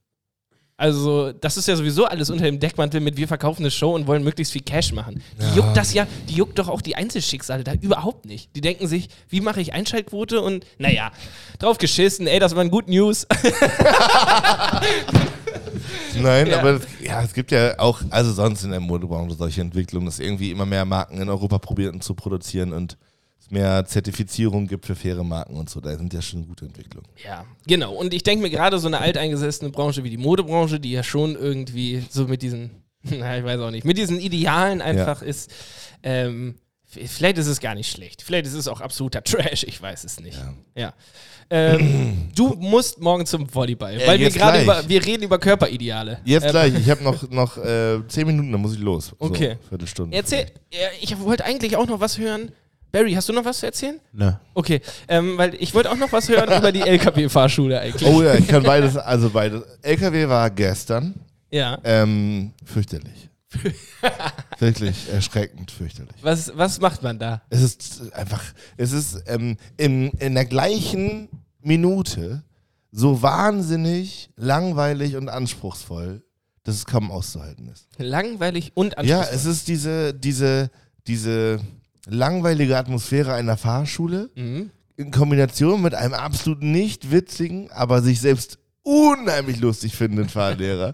Speaker 3: Also, das ist ja sowieso alles unter dem Deckmantel mit wir verkaufen eine Show und wollen möglichst viel Cash machen. Die juckt das ja, die juckt doch auch die Einzelschicksale da überhaupt nicht. Die denken sich, wie mache ich Einschaltquote und naja, drauf geschissen, ey, das waren gut News.
Speaker 1: Nein,
Speaker 3: Ja.
Speaker 1: aber es- ja, es gibt ja auch, also sonst in der Modebranche solche Entwicklungen, dass irgendwie immer mehr Marken in Europa probierten zu produzieren und es mehr Zertifizierung gibt für faire Marken und so. Da sind ja schon gute Entwicklungen.
Speaker 3: Ja, genau. Und ich denke mir gerade so eine alteingesessene Branche wie die Modebranche, die ja schon irgendwie so mit diesen, na, ich weiß auch nicht, mit diesen Idealen einfach ist, ähm, f- vielleicht ist es gar nicht schlecht. Vielleicht ist es auch absoluter Trash, ich weiß es nicht. Ja. Ähm, du musst morgen zum Volleyball,
Speaker 1: Äh,
Speaker 3: weil wir
Speaker 1: jetzt
Speaker 3: gerade
Speaker 1: gleich.
Speaker 3: über, wir reden über Körperideale.
Speaker 1: Jetzt
Speaker 3: Ähm,
Speaker 1: gleich, ich habe noch, noch äh, zehn Minuten, dann muss ich los.
Speaker 3: Okay.
Speaker 1: So, Viertelstunde.
Speaker 3: Erzähl, ja, ich wollte eigentlich auch noch was hören. Barry, hast du noch was zu erzählen?
Speaker 4: Ne.
Speaker 3: Okay, ähm, weil ich wollte auch noch was hören über die LKW-Fahrschule eigentlich.
Speaker 1: Oh ja, ich kann beides, also beides. LKW war gestern,
Speaker 3: Ja.
Speaker 1: ähm, fürchterlich. Wirklich erschreckend fürchterlich.
Speaker 3: Was, was macht man da?
Speaker 1: Es ist einfach, es ist ähm, in, in der gleichen Minute so wahnsinnig langweilig und anspruchsvoll, dass es kaum auszuhalten ist.
Speaker 3: Langweilig und
Speaker 1: Ja,
Speaker 3: anspruchsvoll.
Speaker 1: es ist diese, diese, diese langweilige Atmosphäre einer Fahrschule
Speaker 3: Mhm.
Speaker 1: in Kombination mit einem absolut nicht witzigen, aber sich selbst unheimlich lustig findenden Fahrlehrer,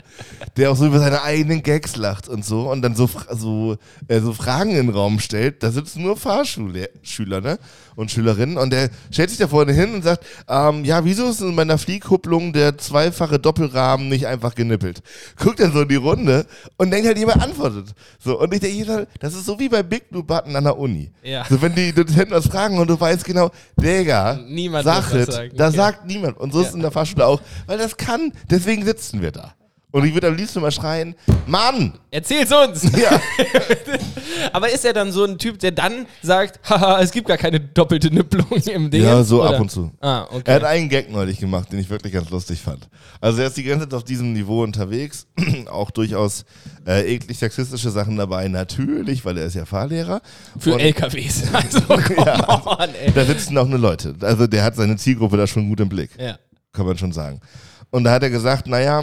Speaker 1: der auch so über seine eigenen Gags lacht und so und dann so, fra- so, äh, so Fragen in den Raum stellt. Da sitzen nur Fahrschüler ne? und Schülerinnen und der stellt sich da vorne hin und sagt, ähm, ja, wieso ist in meiner Flieghupplung der zweifache Doppelrahmen nicht einfach genippelt? Guckt dann so in die Runde und denkt halt, jemand antwortet. So, und ich denke, jedes Mal, das ist so wie bei Big Blue Button an der Uni.
Speaker 3: Ja.
Speaker 1: So, wenn die Dozenten was fragen und du weißt genau, Digga,
Speaker 3: Niemand wird
Speaker 1: Sag
Speaker 3: das
Speaker 1: it.
Speaker 3: sagen.
Speaker 1: Da
Speaker 3: Ja.
Speaker 1: sagt niemand. Und so ist es in der Fahrschule auch. Weil das kann. Deswegen sitzen wir da. Und ich würde am liebsten mal schreien, Mann!
Speaker 3: Erzähl's uns!
Speaker 1: Ja.
Speaker 3: Aber ist er dann so ein Typ, der dann sagt, haha, es gibt gar keine doppelte Nipplung im Ding?
Speaker 1: Ja, so
Speaker 3: Oder?
Speaker 1: ab und zu.
Speaker 3: Ah,
Speaker 1: Er hat
Speaker 3: okay.
Speaker 1: einen Gag neulich gemacht, den ich wirklich ganz lustig fand. Also er ist die ganze Zeit auf diesem Niveau unterwegs, auch durchaus äh, eklig sexistische Sachen dabei, natürlich, weil er ist ja Fahrlehrer.
Speaker 3: Für
Speaker 1: Und-
Speaker 3: LKWs. Also, come on, ey.
Speaker 1: Da sitzen auch nur Leute. Also der hat seine Zielgruppe da schon gut im Blick.
Speaker 3: Ja.
Speaker 1: kann man schon sagen. Und da hat er gesagt, naja,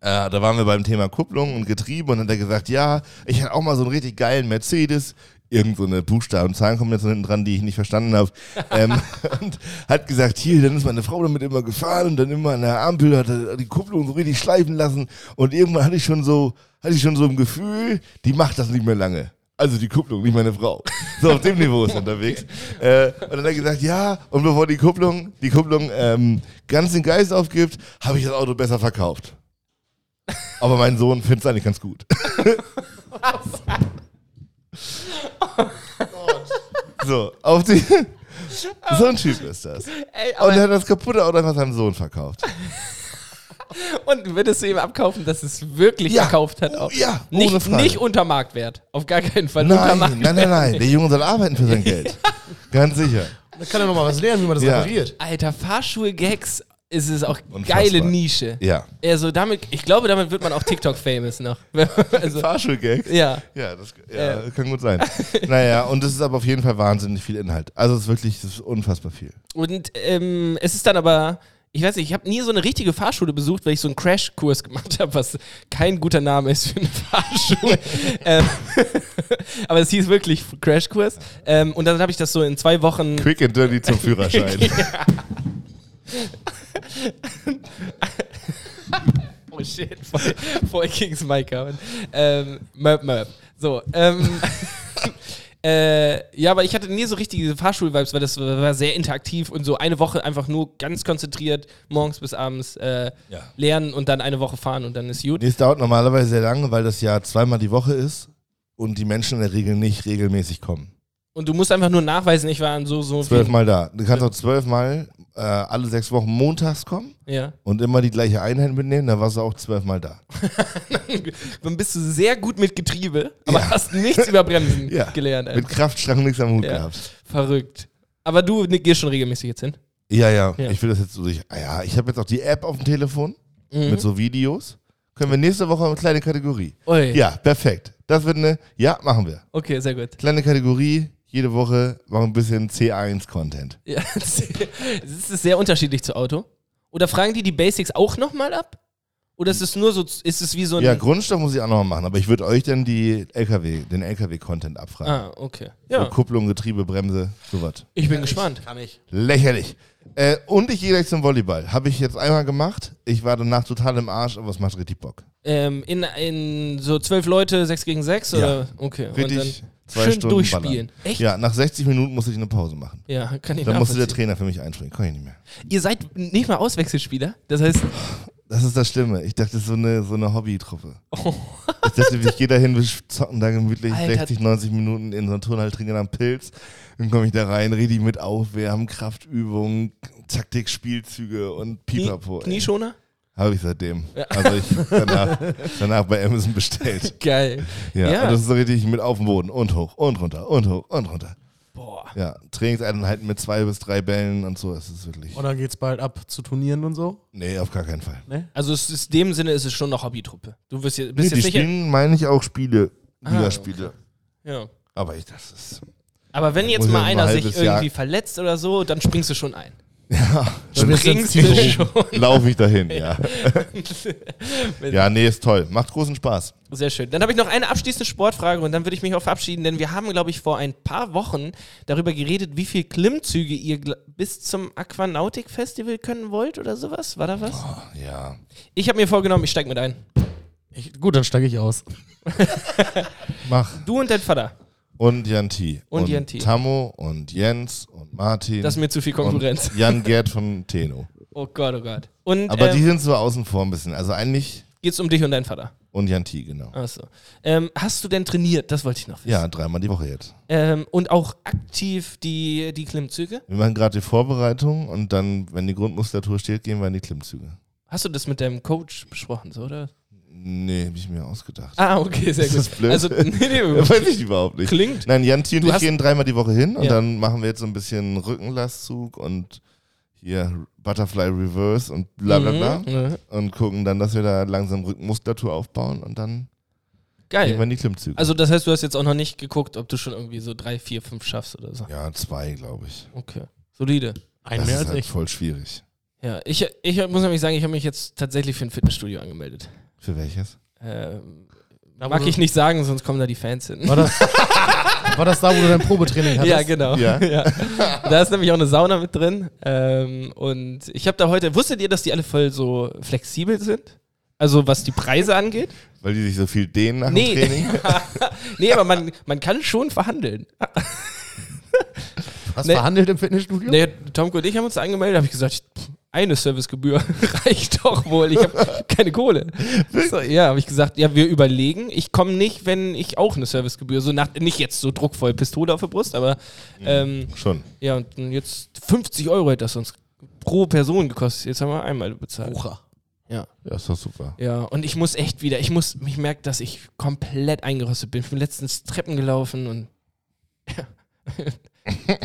Speaker 1: äh, da waren wir beim Thema Kupplung und Getriebe und dann hat er gesagt, ja, ich hatte auch mal so einen richtig geilen Mercedes, irgend so eine Buchstaben- und Zahlenkombination hinten dran, die ich nicht verstanden habe. ähm, und hat gesagt, hier, dann ist meine Frau damit immer gefahren und dann immer an der Ampel hat er die Kupplung so richtig schleifen lassen und irgendwann hatte ich schon so, hatte ich schon so ein Gefühl, die macht das nicht mehr lange. Also die Kupplung, nicht meine Frau. So auf dem Niveau ist er unterwegs. Äh, und dann hat er gesagt, ja, und bevor die Kupplung, die Kupplung ähm, ganz den Geist aufgibt, habe ich das Auto besser verkauft. Aber mein Sohn findet es eigentlich ganz gut. So, auf die, So ein Typ ist das.
Speaker 3: Ey,
Speaker 1: Und er
Speaker 3: aber,
Speaker 1: hat das kaputte Auto einfach seinem Sohn verkauft.
Speaker 3: und würdest du ihm abkaufen, dass es wirklich
Speaker 1: Ja.
Speaker 3: verkauft hat?
Speaker 1: Oh,
Speaker 3: halt Auch.
Speaker 1: ja, ohne
Speaker 3: nicht,
Speaker 1: Frage.
Speaker 3: nicht unter Marktwert. Auf gar keinen Fall. unter
Speaker 1: Nein, nein,
Speaker 3: Marktwert.
Speaker 1: nein, nein. Der Junge soll arbeiten für sein Geld. Ganz sicher.
Speaker 4: Da kann er noch mal was lernen, wie man das
Speaker 1: Ja.
Speaker 4: repariert.
Speaker 3: Alter, Fahrschul-Gags ist es auch
Speaker 1: Unfassbar.
Speaker 3: geile Nische.
Speaker 1: Ja.
Speaker 3: Also damit, ich glaube, damit wird man auch TikTok-famous noch. also,
Speaker 1: Fahrschulgags.
Speaker 3: ja.
Speaker 1: Ja, das ja, kann gut sein. naja, und es ist aber auf jeden Fall wahnsinnig viel Inhalt. Also es ist wirklich es ist unfassbar viel.
Speaker 3: Und ähm, es ist dann aber, ich weiß nicht, ich habe nie so eine richtige Fahrschule besucht, weil ich so einen Crashkurs gemacht habe, was kein guter Name ist für eine Fahrschule. ähm, aber es hieß wirklich Crashkurs. Ähm, und dann habe ich das so in zwei Wochen.
Speaker 1: Quick and dirty zum Führerschein.
Speaker 3: Oh shit, voll, voll Kings Mike haben. Ähm, Möp, Möp. So, ähm. Äh, ja, aber ich hatte nie so richtige Fahrschul-Vibes, weil das war sehr interaktiv und so eine Woche einfach nur ganz konzentriert, morgens bis abends äh, lernen und dann eine Woche fahren und dann ist gut.
Speaker 1: Nee, es dauert normalerweise sehr lange, weil das ja zweimal die Woche ist und die Menschen in der Regel nicht regelmäßig kommen.
Speaker 3: Und du musst einfach nur nachweisen, ich war an so, so
Speaker 1: Zwölfmal da. Du kannst auch zwölfmal äh, alle sechs Wochen montags kommen
Speaker 3: Ja.
Speaker 1: und immer die gleiche Einheit mitnehmen, da warst du auch zwölfmal da.
Speaker 3: Dann bist du sehr gut mit Getriebe, aber hast nichts über Bremsen
Speaker 1: Ja.
Speaker 3: gelernt. Ey.
Speaker 1: Mit Kraftstrang nichts am Hut
Speaker 3: Ja.
Speaker 1: gehabt.
Speaker 3: Verrückt. Aber du ne, gehst schon regelmäßig jetzt hin.
Speaker 1: Ja, ja,
Speaker 3: Ja.
Speaker 1: Ich will das jetzt so durch. Ah, ja, ich habe jetzt auch die App auf dem Telefon
Speaker 3: Mhm.
Speaker 1: mit so Videos. Können wir nächste Woche eine kleine Kategorie.
Speaker 3: Ui.
Speaker 1: Ja, perfekt. Das wird eine. Ja, machen wir.
Speaker 3: Okay, sehr gut.
Speaker 1: Kleine Kategorie. Jede Woche machen ein bisschen C1-Content.
Speaker 3: Ja, es ist sehr unterschiedlich zu Auto. Oder fragen die die Basics auch nochmal ab? Oder ist es nur so, ist es wie so ein.
Speaker 1: Ja, Grundstoff muss ich auch nochmal machen, aber ich würde euch dann die LKW, den LKW-Content abfragen.
Speaker 3: ah, okay. Ja,
Speaker 1: So Kupplung, Getriebe, Bremse, sowas.
Speaker 3: ich bin gespannt.
Speaker 4: Kann ich.
Speaker 1: Lächerlich. Äh, und ich gehe gleich zum Volleyball. Habe ich jetzt einmal gemacht. Ich war danach total im Arsch, aber es macht richtig Bock.
Speaker 3: Ähm, in, in so zwölf Leute, sechs gegen sechs? Oder? Okay.
Speaker 1: Richtig. Zwei
Speaker 3: schön
Speaker 1: Stunden
Speaker 3: durchspielen.
Speaker 1: Ballern.
Speaker 3: Echt?
Speaker 1: Ja, nach 60 Minuten musste ich eine Pause machen.
Speaker 3: Ja, kann ich
Speaker 1: Dann musste der
Speaker 3: nachvollziehen.
Speaker 1: Trainer für mich einspringen. Kann ich nicht mehr.
Speaker 3: Ihr seid nicht mal Auswechselspieler. Das heißt,
Speaker 1: Das ist das Schlimme. Ich dachte, das ist so eine, so eine Hobby-Truppe. Ich dachte, ich gehe dahin, wir zocken da gemütlich
Speaker 3: Oh. Alter.
Speaker 1: 60, 90 Minuten in so einen Turnhall, trinken dann einen Pilz. Dann komme ich da rein, richtig mit aufwärmen, Kraftübungen, Taktik, Spielzüge und
Speaker 3: Knie,
Speaker 1: Pipapo. ey.
Speaker 3: Knieschoner?
Speaker 1: Habe ich seitdem. Also ich danach, danach bei Amazon bestellt.
Speaker 3: Geil.
Speaker 1: Ja,
Speaker 3: Ja.
Speaker 1: Und das ist so richtig mit auf dem Boden und hoch und runter und hoch und runter.
Speaker 3: Boah.
Speaker 1: Ja, Trainingseinheiten mit zwei bis drei Bällen und so. Es ist wirklich.
Speaker 4: Und dann geht's bald ab zu Turnieren und so.
Speaker 1: Nee, auf gar keinen Fall.
Speaker 3: Also es ist, in dem Sinne ist es schon eine Hobbytruppe. Du wirst je-
Speaker 1: Nee,
Speaker 3: bist
Speaker 1: die
Speaker 3: jetzt sicher.
Speaker 1: spielen, meine ich, auch Spiele.
Speaker 3: Ah,
Speaker 1: Ligaspiele.
Speaker 3: Ja.
Speaker 1: Aber ich, das ist.
Speaker 3: Aber wenn jetzt
Speaker 1: muss
Speaker 3: mal
Speaker 1: ja ein
Speaker 3: einer sich
Speaker 1: halbes
Speaker 3: irgendwie
Speaker 1: Jahr-
Speaker 3: verletzt oder so, dann springst du schon ein.
Speaker 4: Dann wirst du ins
Speaker 3: Springst du
Speaker 4: Team
Speaker 3: schon.
Speaker 1: Laufe ich dahin, ja. ja, nee, ist toll. Macht großen Spaß.
Speaker 3: Sehr schön. Dann habe ich noch eine abschließende Sportfrage und dann würde ich mich auch verabschieden, denn wir haben, glaube ich, vor ein paar Wochen darüber geredet, wie viel Klimmzüge ihr gl- bis zum Aquanautik-Festival können wollt oder sowas. War da was?
Speaker 1: Ja.
Speaker 3: Ich habe mir vorgenommen, ich steige mit ein.
Speaker 4: Ich, gut, dann steige ich aus.
Speaker 1: Mach.
Speaker 3: Du und dein Vater.
Speaker 1: Und Jan T.
Speaker 3: Und Jan T.
Speaker 1: Tammo und Jens und Martin.
Speaker 3: Das ist mir zu viel Konkurrenz.
Speaker 1: Und Jan Gerd von Teno.
Speaker 3: Oh Gott, oh Gott. Und
Speaker 1: Aber die
Speaker 3: ähm,
Speaker 1: sind so außen vor ein bisschen. Also eigentlich
Speaker 3: geht's um dich und deinen Vater.
Speaker 1: und Jan T, genau.
Speaker 3: Achso. Ähm, hast du denn trainiert? Das wollte ich noch wissen.
Speaker 1: Ja, dreimal die Woche jetzt.
Speaker 3: Ähm, und auch aktiv die, die Klimmzüge?
Speaker 1: Wir machen gerade die Vorbereitung und dann, wenn die Grundmuskulatur steht, gehen wir in die Klimmzüge.
Speaker 3: Hast du das mit deinem Coach besprochen, so, oder?
Speaker 1: Nee, hab ich mir ausgedacht.
Speaker 3: Ah, okay, sehr
Speaker 1: Ist
Speaker 3: gut.
Speaker 1: das blöd?
Speaker 3: Also, nee,
Speaker 1: Ja,
Speaker 3: nee,
Speaker 1: Weiß ich überhaupt nicht.
Speaker 3: klingt.
Speaker 1: Nein, Jan T und
Speaker 3: Du
Speaker 1: ich
Speaker 3: hast-
Speaker 1: gehen dreimal die Woche hin und
Speaker 3: Ja.
Speaker 1: dann machen wir jetzt so ein bisschen Rückenlastzug und hier Butterfly Reverse und bla bla bla.
Speaker 3: Mhm.
Speaker 1: Und gucken dann, dass wir da langsam Rückenmuskulatur aufbauen und dann gehen wir
Speaker 3: Geil.
Speaker 1: in die Klimmzüge.
Speaker 3: Also, das heißt, du hast jetzt auch noch nicht geguckt, ob du schon irgendwie so drei, vier, fünf schaffst oder so.
Speaker 1: ja, zwei, glaube ich.
Speaker 3: Okay. Solide.
Speaker 4: Ein
Speaker 1: das
Speaker 4: mehr
Speaker 1: ist
Speaker 4: als
Speaker 1: halt
Speaker 4: ich.
Speaker 1: voll schwierig.
Speaker 3: Ja, ich, ich muss nämlich sagen, ich habe mich jetzt tatsächlich für ein Fitnessstudio angemeldet.
Speaker 1: Für welches?
Speaker 3: Ähm,
Speaker 4: Da, wo
Speaker 3: mag
Speaker 4: du-
Speaker 3: ich nicht sagen, sonst kommen da die Fans hin.
Speaker 4: War das, war das da, wo du dein Probetraining hattest?
Speaker 3: Ja, genau.
Speaker 1: Ja.
Speaker 3: Da ist nämlich auch eine Sauna mit drin. Ähm, und ich habe da heute, wusstet ihr, dass die alle voll so flexibel sind? Also was die Preise angeht?
Speaker 1: Weil die sich so viel dehnen nach
Speaker 3: Nee.
Speaker 1: dem Training?
Speaker 3: Nee, aber man, man kann schon verhandeln.
Speaker 4: Hast
Speaker 3: Nee.
Speaker 4: verhandelt im Fitnessstudio?
Speaker 3: Nee, Tomko und ich haben uns da angemeldet, habe ich gesagt, ich, pff, eine Servicegebühr reicht doch wohl. Ich habe keine Kohle. So, ja, habe ich gesagt, ja, wir überlegen. Ich komme nicht, wenn ich auch eine Servicegebühr, so nach, nicht jetzt so druckvoll Pistole auf der Brust, aber ähm,
Speaker 1: Schon.
Speaker 3: ja, und jetzt 50 Euro hätte das sonst pro Person gekostet. Jetzt haben wir einmal bezahlt. Ja.
Speaker 1: Ja, ist doch super.
Speaker 3: Ja, und ich muss echt wieder, ich muss, ich merke, dass ich komplett eingerostet bin. Ich bin letztens Treppen gelaufen und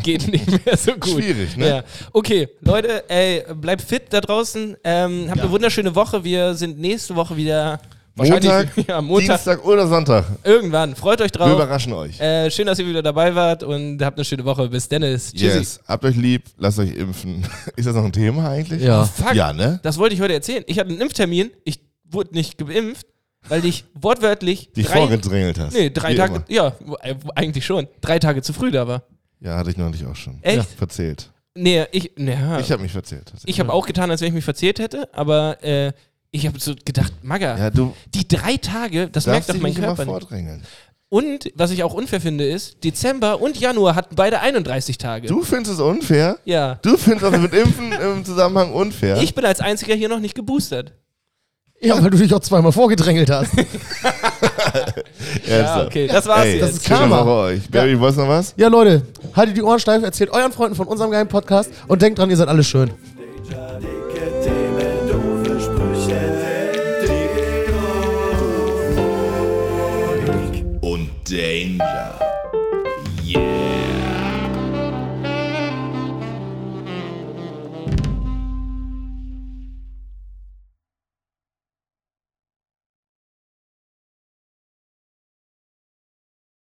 Speaker 3: geht nicht mehr so gut.
Speaker 1: Schwierig, ne?
Speaker 3: Ja. Okay, Leute, ey, bleibt fit da draußen. Ähm, habt eine wunderschöne Woche. Wir sind nächste Woche wieder
Speaker 1: Montag,
Speaker 3: ja, Montag
Speaker 1: Dienstag oder Sonntag.
Speaker 3: irgendwann. Freut euch
Speaker 1: Wir
Speaker 3: drauf.
Speaker 1: überraschen euch.
Speaker 3: Äh, schön, dass ihr wieder dabei wart und habt eine schöne Woche. Bis Dennis. Tschüssi.
Speaker 1: Yes. Habt euch lieb, lasst euch impfen. Ist das noch ein Thema eigentlich?
Speaker 4: Ja.
Speaker 3: Fuck.
Speaker 1: Ja, ne?
Speaker 3: Das wollte ich heute erzählen. Ich hatte einen Impftermin. Ich wurde nicht geimpft, weil ich wortwörtlich
Speaker 1: Dich vorgedrängelt hast.
Speaker 3: Nee, drei
Speaker 1: Wie
Speaker 3: Tage.
Speaker 1: immer.
Speaker 3: Ja, äh, eigentlich schon. Drei Tage zu früh da war.
Speaker 1: Ja, hatte ich neulich auch schon.
Speaker 3: Echt?
Speaker 1: Ja. Verzählt.
Speaker 3: Nee, ich. Naja,
Speaker 1: Ich habe mich verzählt.
Speaker 3: ich habe auch getan, als wenn ich mich verzählt hätte, aber äh, ich habe so gedacht, Magga,
Speaker 1: Ja, du
Speaker 3: die drei Tage, das
Speaker 1: darfst
Speaker 3: merkt doch
Speaker 1: dich
Speaker 3: mein
Speaker 1: nicht immer
Speaker 3: Körper. nicht.
Speaker 1: vordrängeln.
Speaker 3: Und was ich auch unfair finde, ist, Dezember und Januar hatten beide 31 Tage.
Speaker 1: Du findest es unfair?
Speaker 3: Ja.
Speaker 1: Du findest das mit Impfen im Zusammenhang unfair?
Speaker 3: Ich bin als einziger hier noch nicht geboostert.
Speaker 4: Ja, weil du dich auch zweimal vorgedrängelt hast.
Speaker 1: ja,
Speaker 3: Ja,
Speaker 1: so.
Speaker 3: okay, das war's
Speaker 1: Ey,
Speaker 3: jetzt.
Speaker 1: das ist
Speaker 4: Karma.
Speaker 1: Karma. Woche euch. Barry, wolltest du noch was?
Speaker 4: Ja, Leute, haltet die Ohren steif, erzählt euren Freunden von unserem geilen Podcast und denkt dran, ihr seid alle schön.